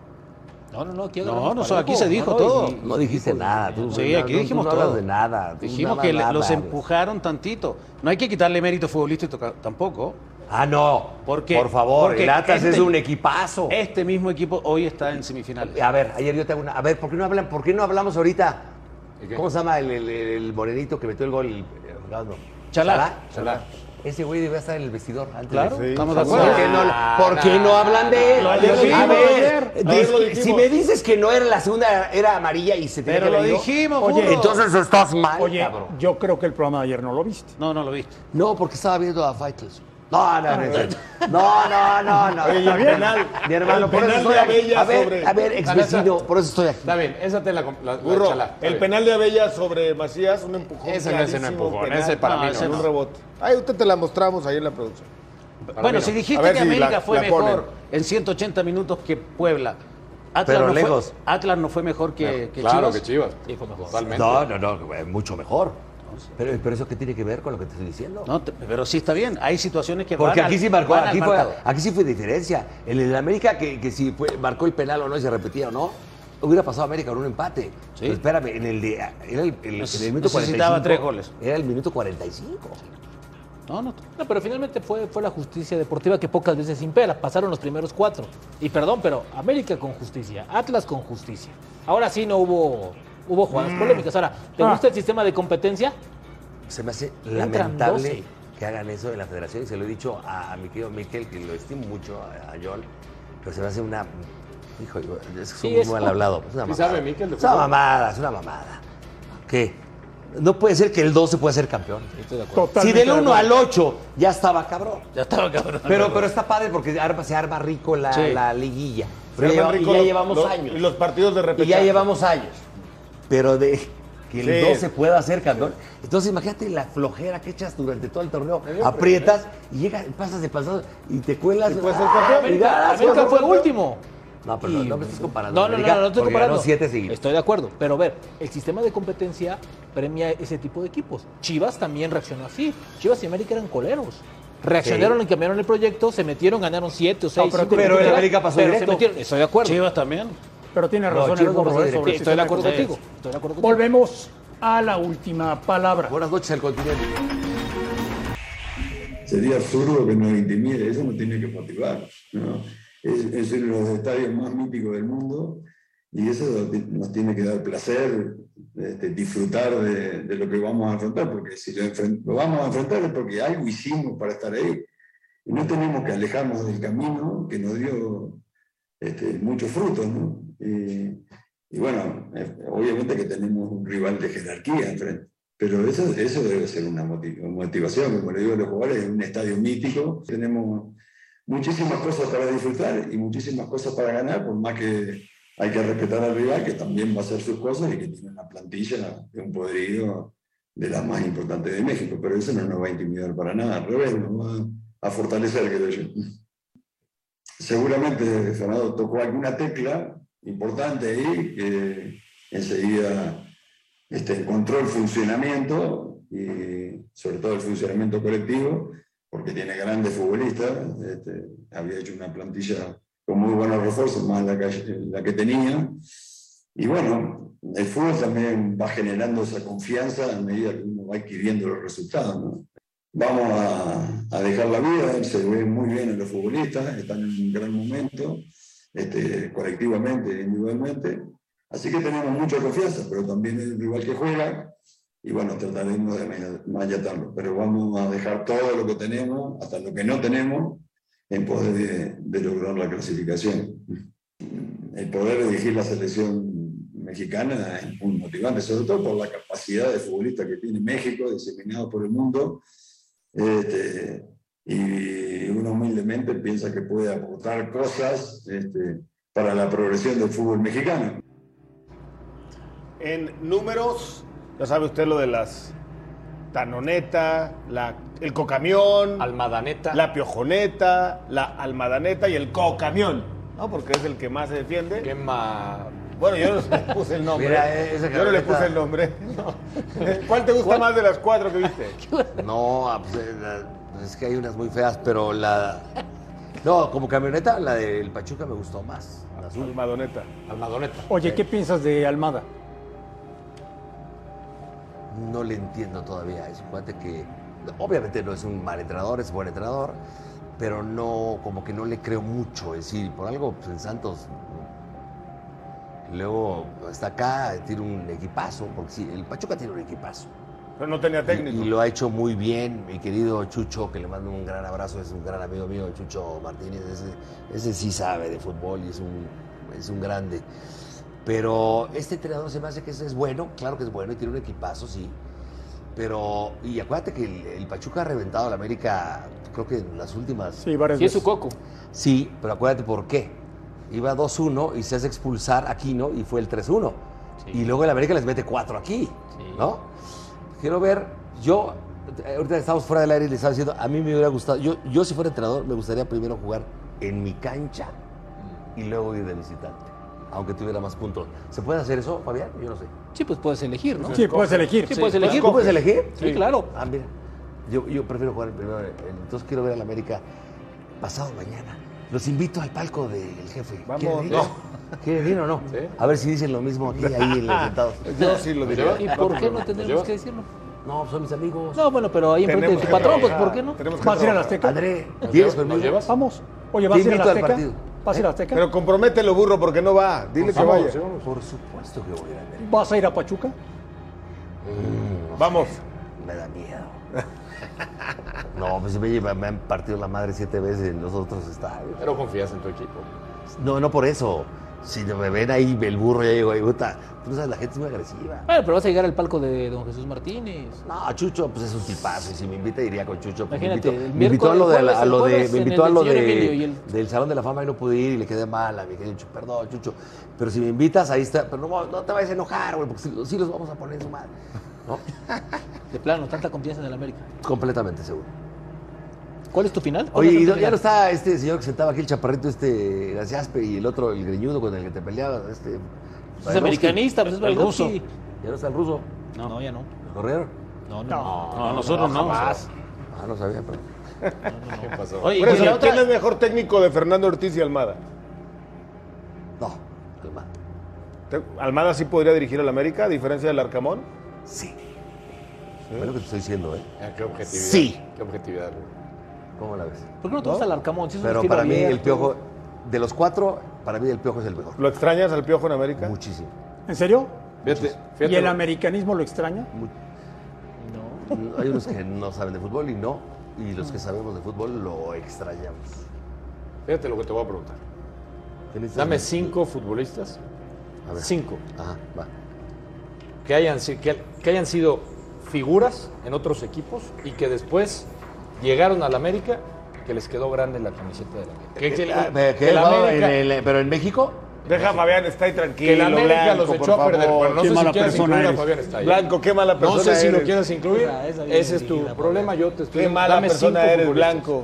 F: No, no, no, aquí
D: No,
F: agarramos
D: no,
F: parejo.
D: aquí se
F: No,
D: dijo
F: no,
D: todo.
F: y-
B: No dijiste nada. tú-
D: Sí,
B: no,
D: aquí
B: no, tú
D: dijimos
B: no hablas
D: todo.
B: de nada. tú
D: Dijimos
B: nada
D: que le-
B: más
D: los em-
B: hablas.
D: empujaron tantito. No hay que quitarle mérito futbolístico ca- tampoco.
B: Ah, no.
D: Porque,
B: Por favor,
D: porque
B: el Atlas
D: este-
B: es un equipazo.
D: Este mismo equipo hoy está en semifinales.
B: A ver, ayer yo te hago una. A ver, ¿por qué no, hablan, por qué no hablamos ahorita? ¿Cómo se llama el, el- el morenito que metió el gol? El- Ronaldo?
D: Chalá.
B: Chalá. Ese güey debe estar en el vestidor antes.
D: Claro,
B: de-
D: estamos de
B: ¿Por
D: acuerdo.
B: qué no, ¿por qué no hablan de él?
D: Lo dijimos
B: a
D: ayer.
B: ver,
D: Ayer lo
B: dis-
D: dijimos.
B: si me dices que no era la segunda, era amarilla y se tenía
D: Pero
B: que
D: lo
B: haber ido,
D: dijimos,
B: Oye,
D: burro.
B: entonces estás mal,
C: Oye,
B: cabrón.
C: yo creo que el programa de ayer no lo viste.
D: No, no lo viste.
B: No, porque estaba viendo a Fighters. No, no, no. No, no, no, no.
H: Oye, y el penal.
B: Mi hermano,
H: El
B: por eso
H: penal
B: estoy
H: de
B: aquí.
H: Abella
B: A ver,
H: sobre-
B: a ver, ex vecino,
E: Está-
B: por eso estoy aquí.
E: Está bien, esa te la, la, la
H: Burro,
E: chala, está
H: el
E: bien.
H: penal de Abella sobre Macías, un empujón.
E: Ese no, ese no
H: clarísimo,
E: empujón,
H: penal.
E: ese para
H: No,
E: mí no,
H: ese
E: no.
H: Un rebote. Ahí usted te la mostramos ahí en la producción.
D: bueno,
H: mí
D: si
H: no.
D: dijiste
H: A ver
D: que
H: si la-
D: América fue
H: la ponen.
D: mejor en 180 minutos que Puebla. Atlas
B: Pero
D: no
B: lejos.
D: Fue, Atlas no fue mejor que, que
E: claro
D: Chivas.
E: que Chivas.
F: Sí, fue mejor.
E: Totalmente.
B: No, no, no, eh, mucho mejor. Pero, pero eso qué tiene que ver con lo que te estoy diciendo.
D: No, te- pero sí está bien. Hay situaciones que
B: Porque
D: van
B: aquí
D: al-
B: sí marcó,
D: van al
B: aquí fue,
D: marcador.
B: aquí sí fue diferencia. En el América que, que si fue- marcó el penal o no y se repetía o no, hubiera pasado América con un empate. Pero espérame, en el de era el, el-
D: Neces-
B: en el minuto 45.
D: necesitaba tres goles.
B: Era el minuto 45.
D: No, no,
F: No, pero finalmente fue, fue la justicia deportiva que pocas veces impera. Pasaron los primeros cuatro. Y perdón, pero América con justicia, Atlas con justicia. Ahora sí no hubo, hubo
B: Mm.
F: jugadas polémicas. Ahora, ¿te
C: Ah.
F: gusta el sistema de competencia?
B: Se me hace
F: Entran
B: lamentable
F: 12.
B: que hagan eso en la federación y se lo he dicho a, a mi querido Miquel, que lo estimo mucho, a, a John, pero se me hace una... Hijo, yo- es que soy
F: Sí,
B: muy
F: es-
B: mal hablado. Es una
E: Sí
B: mamada.
E: sabe, Miquel, de
B: es una
E: fútbol.
B: mamada, es una mamada. ¿Qué? No puede ser que el 12 pueda ser campeón.
F: Estoy de acuerdo.
C: Totalmente
B: Si del
C: de
B: 1
C: acuerdo.
B: al 8 ya estaba cabrón.
F: Ya estaba cabrón.
B: Pero, pero está padre porque arma- se arma rico la,
D: Sí.
B: la liguilla.
H: Se
B: Pero ya,
H: arman
B: lleva- y
H: rico
B: ya
H: los-
B: llevamos
H: los-
B: años.
H: Y los partidos de
B: Y
H: repetición.
B: ya llevamos años. Pero de que el
H: Sí.
B: 12 pueda ser campeón. Entonces imagínate la flojera que echas durante todo el torneo. Aprietas y llegas, pasas de pasado y te cuelas.
H: Y puedes ser
B: ¡Ah!
H: campeón.
B: Y ganas,
F: América
B: ¿no?
F: fue último.
B: No, pero no, no me estás comparando.
F: No, no, no,
B: América,
F: no, no estoy
B: porque
F: comparando.
B: ganó siete seguidos.
F: Estoy de acuerdo, pero a ver, el sistema de competencia premia ese tipo de equipos. Chivas también reaccionó así. Chivas y América eran coleros. Reaccionaron y cambiaron el proyecto, se metieron, ganaron siete o seis.
C: pero-
F: cinco, lo
B: pero
F: que
B: el
F: sea,
B: América pasó
F: pero se
B: directo.
F: metieron. Estoy de acuerdo.
D: Chivas también.
C: Pero tiene
B: No,
C: razón
B: Chivas
C: algo
B: no pasó
C: sobre
B: directo.
F: ¿eh? Estoy
C: el
F: de
C: sistema
F: acuerdo
C: competencia.
F: contigo. Estoy de acuerdo contigo.
C: Volvemos a la última palabra.
B: Buenas noches al continente.
M: Sería absurdo que nos intimide, eso nos tiene que motivar. ¿no? Es, es uno de los estadios más míticos del mundo y eso nos ti- nos tiene que dar placer, este, disfrutar de, de lo que vamos a enfrentar, porque si lo, enfren- lo vamos a enfrentar es porque algo hicimos para estar ahí. Y no tenemos que alejarnos del camino que nos dio este, muchos frutos. ¿no? Y, y bueno, eh, obviamente que tenemos un rival de jerarquía enfrente. Pero eso, eso debe ser una moti- motivación, como le digo a los jugadores, es un estadio mítico. Tenemos muchísimas cosas para disfrutar y muchísimas cosas para ganar, por más que hay que respetar al rival, que también va a hacer sus cosas y que tiene una plantilla de un poderío de las más importantes de México. Pero eso no nos va a intimidar para nada, al revés, nos va a fortalecer, creo yo. seguramente Fernando tocó alguna tecla importante ahí que enseguida este, encontró el funcionamiento y sobre todo el funcionamiento colectivo, porque tiene grandes futbolistas, este, había hecho una plantilla con muy buenos refuerzos, más la que, la que tenía. Y bueno, el fútbol también va generando esa confianza a medida que uno va adquiriendo los resultados. ¿no? Vamos a, a, dejar la vida, se ve muy bien en los futbolistas, están en un gran momento, este, colectivamente, individualmente. Así que tenemos mucha confianza, pero también es el rival que juega y bueno, trataremos de mayatarlo. Pero vamos a dejar todo lo que tenemos, hasta lo que no tenemos, en poder de, de lograr la clasificación. El poder dirigir la selección mexicana es muy motivante, sobre todo por la capacidad de futbolista que tiene México, diseminado por el mundo. Este, y uno humildemente piensa que puede aportar cosas este, para la progresión del fútbol mexicano.
H: En números, ya sabe usted lo de las Tanoneta, la, el Cocamión.
E: Almadaneta.
H: La Piojoneta, la Almadaneta y el Cocamión. No, porque es el que más se defiende.
E: Qué ma... eh,
H: Bueno, yo no le puse
E: [laughs]
H: el nombre.
B: Mira, ese
H: yo no le
B: está-
H: puse el nombre. [laughs] ¿Cuál te gusta más de las cuatro que viste?
B: [laughs] No, ah, pues, eh, la- es que hay unas muy feas, pero la. No, como camioneta, la del Pachuca me gustó más. La azul.
H: Almadoneta.
B: Almadoneta.
C: Oye, ¿qué piensas de Almada?
B: No le entiendo todavía. Es un cuate que. Obviamente no es un mal entrenador, es buen entrenador, pero no, como que no le creo mucho. Es decir, por algo pues, en Santos. Luego está acá, tiene un equipazo, porque sí, el Pachuca tiene un equipazo.
H: Pero no tenía técnico.
B: Y lo ha hecho muy bien, mi querido Chucho, que le mando un gran abrazo, es un gran amigo mío, Chucho Martínez, ese, ese sí sabe de fútbol y es un, es un grande. Pero este entrenador se me hace que es, es bueno, claro que es bueno y tiene un equipazo, sí. Pero, y acuérdate que el, el Pachuca ha reventado a la América, creo que en las últimas.
C: Sí, varias Sí, es veces. su coco.
B: Sí, pero acuérdate por qué. Iba 2-1 y se hace expulsar Aquino y fue el 3-1. Y luego el América les mete 4 aquí, ¿no? Quiero ver, yo, eh, ahorita estamos fuera del aire y les estaba diciendo, a mí me hubiera gustado, yo, yo si fuera entrenador, me gustaría primero jugar en mi cancha y luego ir de visitante, aunque tuviera más puntos. ¿Se puede hacer eso, Fabián? Yo no sé.
F: Sí, pues puedes elegir, ¿no?
B: Sí, puedes elegir.
F: Sí, puedes elegir.
B: ¿Tú puedes elegir?
F: Sí, claro.
B: Ah, mira, yo, yo prefiero jugar primero, eh, entonces quiero ver al América pasado mañana. Los invito al palco del jefe. ¿Quieren ir? ¿Quieren ir o no? A ver si dicen lo mismo aquí, ahí en los sentados. Pues
H: Yo sí lo diría.
F: ¿Y por qué no tendríamos que decirlo?
B: No, son mis amigos.
F: No, bueno, pero ahí enfrente de
B: Tenemos
F: tu
B: que
F: patrón, pues
B: trabajar,
F: ¿por qué no?
B: tenemos que
C: ¿Vas a ir a la
B: trabajar.
C: Azteca?
B: André, ¿vienes conmigo?
C: Vamos. Oye, ¿vas a
B: Te
C: ir a la
B: invito al
C: Azteca?
B: partido.
C: ¿Vas a ir a la Azteca?
H: Pero compromételo, burro, porque no va. Dile
C: Pues
H: que
C: vamos,
H: vaya.
C: sí,
B: Por supuesto que voy a ver.
C: ¿Vas a ir a Pachuca?
H: Vamos.
B: Me da miedo. [laughs] No, pues me, lleva- me han partido la madre siete veces en los otros estadios.
E: Pero confías en tu equipo.
B: No, no por eso. Si no me ven ahí, el burro ya digo, ahí, puta, tú no sabes, la gente es muy agresiva.
F: Bueno, pero vas a llegar al palco de don Jesús Martínez.
B: No, Chucho, pues es un tipazo. Y si me invita, iría con Chucho. Pues,
F: Imagínate,
B: me invitó,
F: el
B: me invitó a
F: miércoles,
B: lo de, la- a
F: el
B: lo de,
F: jueves
B: me
F: en
B: invitó a
F: el
B: lo
F: señor Emilio
B: de,
F: y el-
B: del Salón de la Fama y no pude ir y le quedé mal a mi querido Chucho. Perdón, Chucho. Pero si me invitas, ahí está. Pero no, no te vayas a enojar, güey, porque sí, sí los vamos a poner en su madre.
F: [laughs]
B: ¿No?
F: De plano, tanta confianza en el América.
B: Completamente seguro.
F: ¿Cuál es tu final? ¿Cuál
B: Oye,
F: es el
B: ¿y no-
F: final?
B: ya no está este señor que sentaba aquí, el chaparrito, este Graciaspe, y el otro, el greñudo con el que te peleabas, este. Brailovsky.
F: americanista, pues es
B: El ruso.
F: Brailovsky.
B: Ya no está el ruso.
F: No, ya no.
B: ¿Lo corrieron?
F: No, no.
D: No, nosotros no.
B: jamás. Ah, no sabía,
F: [laughs]
B: pero.
E: ¿Qué pasó?
F: Oye,
H: Por
F: y
H: eso,
F: la otra-
H: ¿quién es mejor técnico de Fernando Ortiz y Almada?
B: No, calma.
H: ¿Te- ¿Almada sí podría dirigir al América, a diferencia del Arcamón?
B: Sí. Es lo que te estoy diciendo, ¿eh?
E: Ah, Qué objetividad.
B: Sí.
E: Qué objetividad. güey.
B: ¿Cómo la ves?
F: ¿Por qué no te gusta el Arcamón? Si es un
B: Pero
F: estilo
B: para mí el
F: abierto.
B: piojo, de los cuatro, para mí el piojo es el mejor.
H: ¿Lo extrañas al Piojo en América?
B: Muchísimo.
C: ¿En serio?
E: Fíjate, fíjate
C: ¿Y el
E: lo-
C: americanismo lo extraña?
B: Hay unos que no saben de fútbol y no. Y los que sabemos de fútbol lo extrañamos.
E: fíjate lo que te voy a preguntar.
B: ¿Quién es
E: Dame
B: ese?
E: cinco futbolistas.
B: A ver.
E: Cinco.
B: Ajá, va.
E: que hayan, si- que, que hayan sido figuras en otros equipos y que después llegaron al América, que les quedó grande la camiseta de la América. Que, que la,
B: Eh, ¿qué?
E: que la
B: No,
E: América,
B: en el- ¿Pero en México?
H: Deja a Fabián, está ahí tranquilo.
E: que la América
H: Blanco,
E: los echó
H: por
E: a perder.
H: favor.
E: Bueno, no
H: Qué
E: sé si
H: mala
E: quieres
H: persona
E: incluir a
H: eres.
E: Fabián está ahí.
H: Blanco, qué mala persona
E: No sé si lo
H: eres.
E: quieres incluir.
F: Esa- esa bien
E: Ese es tu
F: dirigida,
E: problema. Yo te estoy
H: Qué mala
E: dame
H: persona
E: cinco
H: eres,
E: futbolistas.
H: Blanco.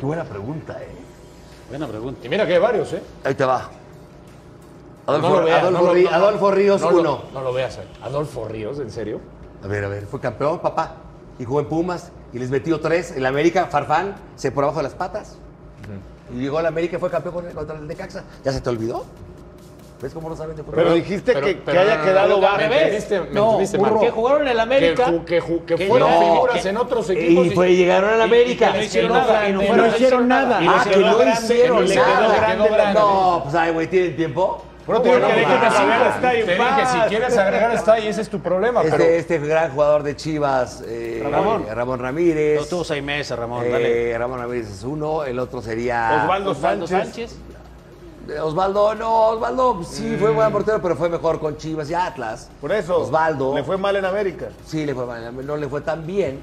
B: Qué buena pregunta, ¿eh?
D: Buena pregunta.
E: Y mira que hay varios, ¿eh?
B: Ahí te va. Adolfo,
E: No lo veas,
B: Adolfo
E: no lo-
B: Rí-
E: no, no,
B: Adolfo Ríos,
E: no lo-
B: uno.
E: No lo veas, eh. Adolfo Ríos, ¿en serio?
B: A ver, a ver, fue campeón, papá. Y jugó en Pumas y les metió tres. En la América, Farfán se por abajo de las patas. Y llegó a la América y fue campeón con- contra el Necaxa. ¿Ya se te olvidó? ¿Ves cómo no saben de fútbol?
H: Pero dijiste que- que haya quedado ¿eh?
B: bajo.
H: bajo. Me entendiste, me entendiste mal.
F: que jugaron en el América.
E: Que ju- que ju- que fueron figuras en otros equipos
B: Y fue, llegaron a la América.
F: no hicieron nada.
B: Y no
F: Y
B: fueron-
F: no hicieron nada.
B: Ah,
F: Y le
B: que no
F: quedó grande,
B: hicieron
F: que le quedó
B: nada.
F: grande, le quedó
B: No, pues ay, güey, ¿tienen tiempo? pues,
E: No, no, no, no,
B: está
E: Te dije, si quieres agregar está ahí, ese es tu problema.
B: Este,
E: pero
B: este gran jugador de Chivas, eh,
D: Ramón.
B: eh, Ramón Ramírez.
D: No tuvo seis meses, Ramón,
B: Eh,
D: dale.
B: Ramón Ramírez es uno, el otro sería.
D: Osvaldo Osvaldo Sánchez.
B: Eh, Osvaldo, no, Osvaldo sí fue buen portero, pero fue mejor con Chivas y Atlas. Por eso. Osvaldo. ¿Le fue
H: mal en América?
B: Sí, le fue mal, en América, no le fue tan bien.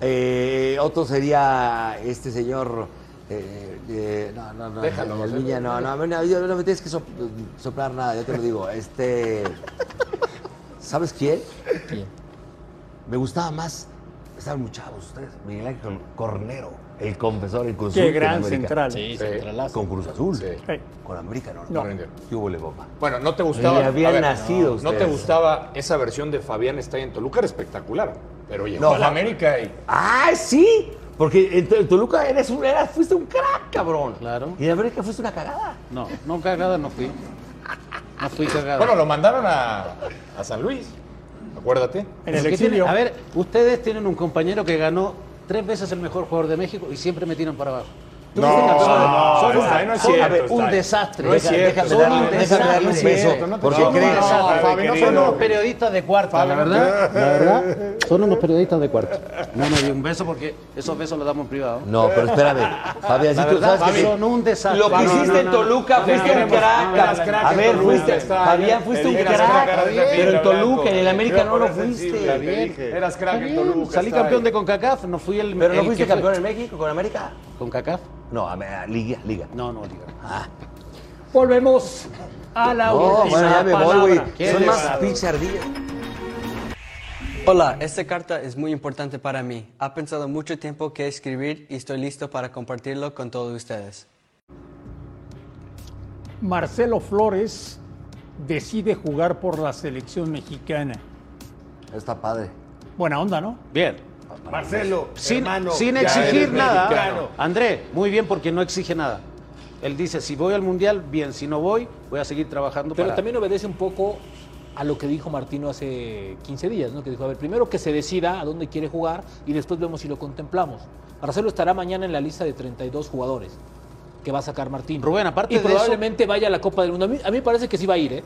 B: Eh, otro sería este señor. eh, eh, no, no, no.
E: Déjalo,
B: el
E: José,
B: Viña, no, no, no, yo- no me tienes que sop- soplar nada, yo te lo digo. Este. ¿Sabes quién?
E: ¿Quién?
B: Me gustaba más. Estaban muy chavos ustedes. Miguel Ángel Cornero, el confesor, el
C: Qué
B: consultor.
C: gran central. Sí,
B: Con Cruz Azul.
C: Sí.
B: Con América, no.
C: No.
B: ¿Qué hubo, le, bomba?
E: Bueno, no te gustaba.
B: Ni habían
E: a ver,
B: nacido
E: no,
B: ustedes.
E: te gustaba esa versión de Fabián está en Toluca, era espectacular. Pero llegó
B: No,
E: a la
B: la-
E: América y.
B: ¡Ah, sí! Porque en T- en Toluca eres un, eras, fuiste un crack, cabrón. Claro. Y en América fuiste una cagada.
D: No, no cagada no fui. No fui cagada.
E: Bueno, lo mandaron a, a San Luis. Acuérdate.
D: Porque tienen- a ver, ustedes tienen un compañero que ganó tres veces el mejor jugador de México y siempre me tiran para abajo. Tú
E: No,
D: fuiste campeón de-
E: no,
D: son
E: está
D: un-
E: ahí, no es
D: son-
E: cierto,
D: a ver,
E: está
D: un
E: ahí.
D: desastre.
E: No es
D: Déjame-
E: cierto,
D: son
E: está
D: un
E: ahí.
D: desastre.
E: Déjame darle un
D: No es cierto,
E: beso,
D: no te-
E: porque
D: son un
E: crees.
D: desastre.
E: No, Fabi, no
D: son
E: creo.
D: unos periodistas de cuarta, la
E: Fabi, no
D: verdad.
E: creo.
D: La verdad, son unos periodistas de cuarta. No me di un beso porque esos besos los damos en privado.
B: No, pero espérame. Fabi, así
D: La
B: tú
D: verdad,
B: sabes que sí.
D: son un desastre.
B: Lo que hiciste en Toluca fuiste un crack. a ver, fuiste, Fabián, fuiste un crack. pero en Toluca, en el América no lo fuiste.
E: Eras crack en
D: Está bien,
E: Toluca,
D: Salí
E: está
D: campeón
E: ahí.
D: de CONCACAF, no fui el
B: Pero no
D: el
B: fuiste
D: que fue-
B: campeón en México con América.
D: ¿CONCACAF?
B: No, a, a- Liga, Liga. Ah,
D: No, no, Liga.
C: Volvemos a la
B: No,
C: última
B: bueno, ya me voy,
C: palabra.
B: güey. Son más pinche ardilla.
N: Hola, esta carta es muy importante para mí. Ha pensado mucho tiempo que escribir y estoy listo para compartirlo con todos ustedes.
C: Marcelo Flores decide jugar por la selección mexicana.
B: Está padre.
C: Buena onda, ¿no?
D: Bien.
H: Marcelo,
D: Sin,
H: hermano,
D: sin
H: ya
D: exigir
H: eres
D: nada.
H: mexicano.
D: André, muy bien porque no exige nada. Él dice, si voy al Mundial, bien, si no voy, voy a seguir trabajando
F: Pero
D: para...
F: también obedece un poco a lo que dijo Martino hace 15 días, ¿no? Que dijo, a ver, primero que se decida a dónde quiere jugar y después vemos si lo contemplamos. Marcelo estará mañana en la lista de 32 jugadores que va a sacar Martín.
D: Rubén, aparte
F: y
D: de
F: probablemente vaya a la Copa del Mundo. A mí, a mí me parece que sí va a ir, ¿eh?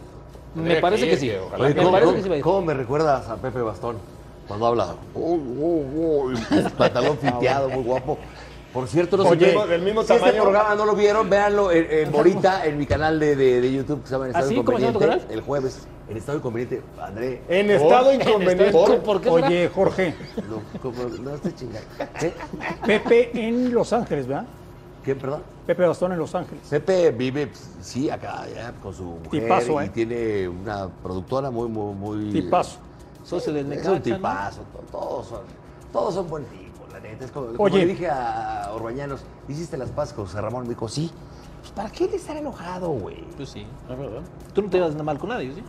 F: Me
E: Tendría
F: parece
E: que
F: que
E: ir,
F: sí.
E: que ojalá.
B: Oye,
F: Me
B: ¿cómo,
F: parece
B: cómo-
F: que sí va a ir.
B: cómo me recuerdas a Pepe Bastón cuando habla? Oh, oh, oh, el pantalón piteado, muy guapo. Por cierto, no sé
H: Oye,
B: qué-
H: del mismo
B: si este
H: tamaño.
B: programa no lo vieron, véanlo en, en Morita, en mi canal de, de- de YouTube que se llama En
F: ¿Ah,
B: Estado
F: sí? ¿Cómo se llama tu
B: Inconveniente. El jueves, en Estado Inconveniente, André. Oh.
H: En estado inconveniente.
F: ¿Por qué será?
C: Oye, Jorge,
B: No, como- no estés chingando. ¿Qué?
C: Pepe en Los Ángeles, ¿verdad?
B: ¿Qué, perdón?
C: Pepe Bastón en Los Ángeles.
B: Pepe vive, pues, sí, acá, allá, con su mujer.
C: Tipazo,
B: y
C: ¿eh?
B: tiene una productora muy, muy, muy.
C: Tipazo.
F: Socio del
B: Es
F: Necaxa,
B: un
F: ¿no?
B: tipazo, to- todos son, todos son buen tipo, la neta. Es como, como
C: Oye.
B: le dije a Orbañanos, hiciste las paces con José Ramón, me dijo, sí. Pues, ¿Para qué le estar enojado, güey?
F: Pues sí. Tú no te ibas nada mal con nadie, ¿sí?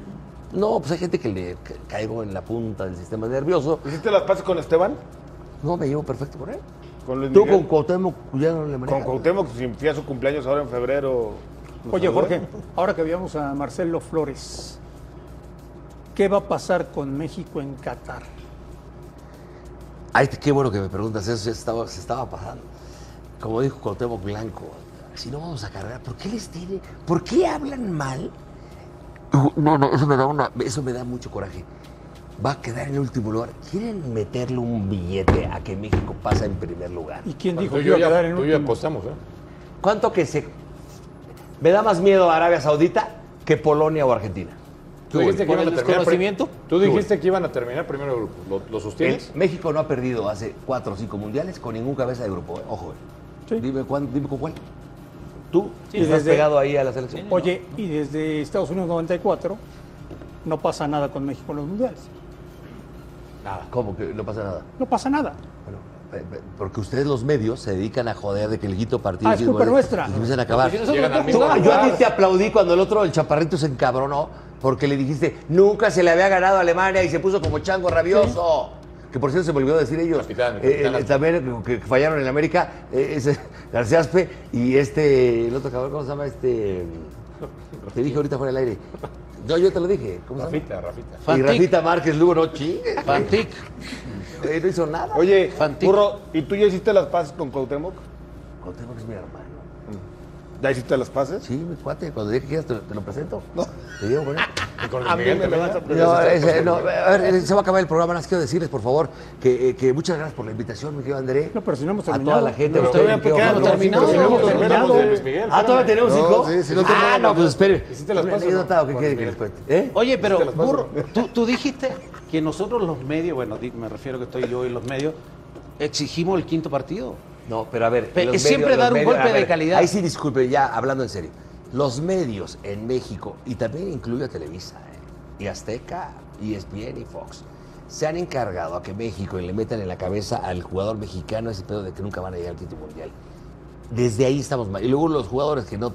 B: No, pues hay gente que le ca- caigo en la punta del sistema nervioso.
H: ¿Hiciste las pases con Esteban?
B: No, me llevo perfecto por él.
H: Con Luis
B: Tú
H: Miguel.
B: con Cuauhtémoc ya no le
H: Con
B: manejas.
H: Cuauhtémoc, si empieza su cumpleaños ahora en febrero. ¿lo
C: Oye,
H: saludé?
C: Jorge, ahora que veamos a Marcelo Flores, ¿qué va a pasar con México en Qatar?
B: Ay, qué bueno que me preguntas eso, ya estaba, se estaba pasando. Como dijo Cuauhtémoc Blanco, si no vamos a cargar, ¿por qué les tiene? ¿Por qué hablan mal? No, no, eso me da, una- eso me da mucho coraje. Va a quedar en último lugar. Quieren meterle un billete a que México pasa en primer lugar.
C: ¿Y quién dijo
E: Tú
C: que
E: y yo
C: iba a quedar
E: ya
C: en
E: tú y yo
C: último?
E: apostamos, ¿eh?
B: ¿Cuánto que se... Me da más miedo Arabia Saudita que Polonia o Argentina.
E: Tú dijiste que
F: ¿Por
E: iban a
F: el
E: terminar
F: desconocimiento?
E: pri- Tú dijiste que iban a terminar primero el grupo. ¿Lo, lo sostienes?
B: Eh, México no ha perdido hace cuatro o cinco mundiales con ningún cabeza de grupo. eh. Ojo, eh.
C: Sí.
B: Dime, cuán- dime con cuál. Tú
C: Sí,
B: estás
C: desde-
B: pegado ahí a la selección.
C: Oye, y desde Estados Unidos 94 no pasa nada con México en los mundiales.
B: Nada. ¿Cómo que no pasa nada?
C: No pasa nada.
B: Bueno, Porque ustedes los medios se dedican a joder de que el guito partido...
L: Ah, es
B: y
L: culpa
B: goles,
L: nuestra.
B: y empiezan a acabar.
L: Porque si nosotros Llegan no al mismo
B: Tú-
L: lugar.
B: yo a ti te aplaudí cuando el otro, el chaparrito, se encabronó porque le dijiste, nunca se le había ganado a Alemania y se puso como chango rabioso. Que por cierto se me olvidó decir ellos. Eh, eh, también que, que fallaron en América, eh, ese, [laughs] García Aspe y este, el otro cabrón, ¿cómo se
E: [laughs]
B: llama? Este. Te dije ahorita fuera del aire. No, yo te lo dije. ¿Cómo se llama?
E: Rafita, Rafita.
B: Y
E: Fantic.
B: Rafita Márquez Lugo, no chingue. Fantic. no hizo nada.
H: Oye, burro, ¿y tú ya hiciste las paces con Cuauhtémoc?
B: Cuauhtémoc es mi hermano.
H: ¿Ya hiciste las paces?
B: Sí, mi cuate, cuando dije que quieras te, te lo presento. No. Te llevo con él.
H: con Luis A mí Miguel me también? lo vas a
B: No,
H: presentar,
B: ese,
H: por
B: no,
H: favor.
B: a ver, eh, se va a acabar el programa, nada más quiero decirles, por favor, que, eh, que muchas gracias por la invitación, mi querido André. No, pero si no hemos
L: terminado.
B: A toda la gente.
L: No,
B: a
L: todavía
B: mi querido
L: queda, no
B: Pablo.
L: terminamos,
B: Sí, pero
L: terminamos.
B: terminamos
L: Terminamos
B: de-
L: de- Miguel,
B: Ah, todavía
L: espérame.
B: tenemos
L: No,
B: cinco.
L: sí, sí, no
B: ah,
L: terminamos.
B: no, pues espere.
L: ¿Hiciste las
B: Una
L: paces o no?
B: anécdota, ¿o qué quiere que les cuente? ¿Eh?
D: Oye, pero
B: ¿Hiciste las paces
D: burro, tú, tú dijiste que nosotros los medios, bueno, di- me refiero que estoy yo y los medios, exigimos el quinto partido.
B: No, pero a ver.
D: Pe-
B: los
D: es siempre
B: medios- los
D: dar un
B: medios-
D: golpe
B: a ver,
D: de calidad.
B: Ahí sí, disculpe, ya hablando en serio. Los medios en México, y también incluyo a Televisa, ¿eh? y Azteca, y E ESPN y Fox, se han encargado a que México y le metan en la cabeza al jugador mexicano ese pedo de que nunca van a llegar al título mundial. Desde ahí estamos mal. Y luego los jugadores que no,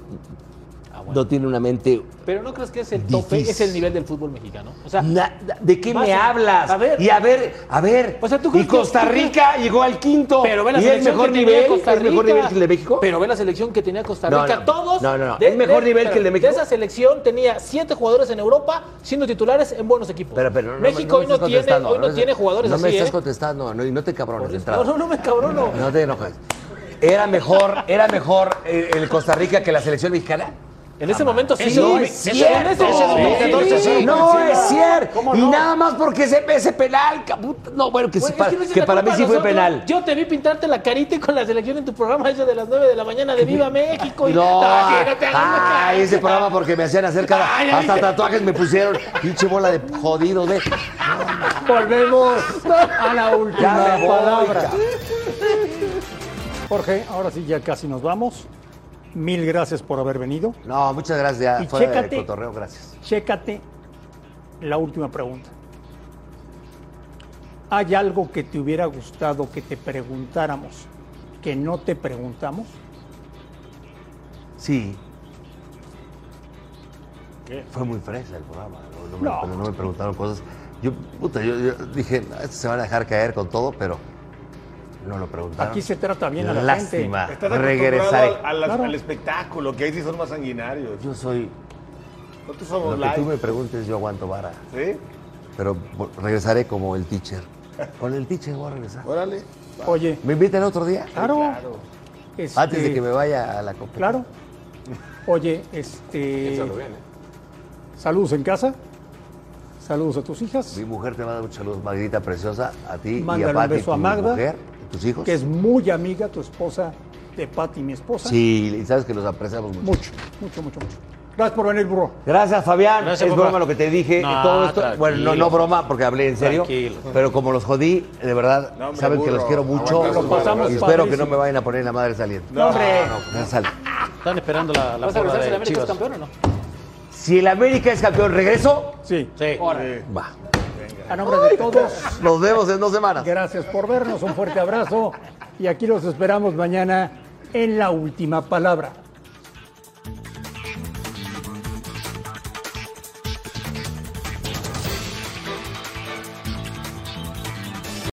F: Ah,
B: no tienen una mente
F: Pero no crees que es el tope,
B: Difícil.
F: es el nivel del fútbol mexicano. O sea,
B: Na- ¿De qué
F: vas
B: me
F: a-
B: hablas?
F: A ver.
B: Y a ver, a ver.
F: O sea, ¿tú
B: y
F: crees que-
B: Costa
F: tú crees-
B: Rica llegó al quinto.
F: Pero ve la
B: ¿Y es
F: selección
B: mejor
F: que tenía
B: nivel?
F: Costa
B: ¿Es mejor
F: Rica.
B: nivel que el de México?
F: Pero ve la selección que tenía Costa
B: No,
F: Rica.
B: no.
F: todos.
B: No, no, no. ¿Es mejor nivel que el de México?
F: De esa selección tenía siete jugadores en Europa siendo titulares en buenos equipos.
B: Pero, pero no,
F: México
B: me
F: hoy no
B: estás
F: tiene,
B: contestando,
F: hoy no
B: me-
F: tiene jugadores
B: no
F: así.
B: me estás
F: ¿eh?
B: contestando, no, y no te cabrones de entrada.
F: No, no, no me cabrono.
B: No te enojes. ¿Era mejor, era mejor eh, el Costa Rica que la selección mexicana?
F: En ese momento sí.
B: No
F: En
B: es
F: ese-
B: cierto.
F: en ese 2014 sí.
B: No es
F: Sí.
B: cierto.
F: ¿Cómo
B: Y
F: no?
B: nada más porque ese, ese penal. ca- puta, No, bueno, que, sí
F: Es
B: pa-
F: no es
B: que
F: la
B: para mí
F: culpa
B: sí
F: de
B: fue
F: nosotros.
B: penal.
F: Yo te vi pintarte la carita y con la selección en tu programa ese de las 9 de la mañana de Viva México. y-
B: No,
F: Ah, sí, no te hagas, no te
B: ah,
F: hagas.
B: ese programa porque me hacían hacer cada.
F: Ay, ya
B: hasta
F: viste.
B: tatuajes me pusieron. Pinche bola de jodido de.
C: Volvemos a la
B: Ya
C: última
B: me voy,
C: palabra.
B: ya.
C: Jorge, ahora sí ya casi nos vamos. Mil gracias por haber venido.
B: No, muchas gracias.
C: Y
B: Fuera de
C: chécate.
B: cotorreo, gracias.
C: Chécate la última pregunta. ¿Hay algo que te hubiera gustado que te preguntáramos que no te preguntamos?
B: Sí. Fue muy fresa el programa. No, no me-
C: No.
B: pero no me preguntaron cosas. Yo, puta, yo, yo dije, "No, estos se van a dejar caer con todo, pero no lo preguntaron.
C: Aquí se trata bien a la
B: Lástima.
C: gente.
H: Estás acostumbrado
B: Regresaré.
H: al- al-
C: Claro.
H: al espectáculo, que ahí sí son más sanguinarios.
B: Yo soy.
H: Nosotros
B: Lo
H: somos
B: que tú
H: live.
B: me preguntes, yo aguanto vara.
H: ¿Sí?
B: Pero bo- regresaré como el teacher. Con el teacher voy a regresar.
H: Órale.
C: Oye,
B: ¿Me invitan otro día?
C: claro. este,
B: Antes de que me vaya a la competencia.
C: Claro. Oye, este.
E: Piénsalo bien, ¿eh?
C: Saludos en casa. Saludos a tus hijas.
B: Mi mujer te manda muchos saludos, Magdita preciosa, a ti y
C: Mándale
B: a
C: un
B: Pati,
C: beso a
B: tu
C: Magda,
B: mujer, y tus hijos.
C: Que es muy amiga tu esposa de Pati, mi esposa.
B: Sí, y sabes que los apreciamos mucho.
C: Mucho, mucho, mucho, mucho. Gracias por venir, burro.
B: Gracias, Fabián.
C: Gracias,
B: es
C: papá.
B: broma lo que te dije.
C: No,
B: todo esto,
C: tranquilo.
B: bueno, no, no broma porque hablé en serio.
C: Tranquilo.
B: Pero como los jodí, de verdad,
H: No, hombre,
B: saben que
H: burro.
B: los quiero mucho.
H: Aguantaste,
B: Y
H: Lo pasamos
B: espero que
H: padrísimo.
B: no me vayan a poner la madre saliente.
H: No, hombre.
B: no, no sale.
D: Están esperando la, la
F: ¿Vas a
D: porra
F: regresar si
D: de
F: el América es
D: Chivas.
F: campeón o no?
B: Si el América es campeón, ¿regreso?
C: Sí.
D: Sí.
B: Va.
C: A nombre de todos.
B: Nos vemos en dos semanas.
C: Gracias por vernos, un fuerte abrazo y aquí los esperamos mañana en la última palabra.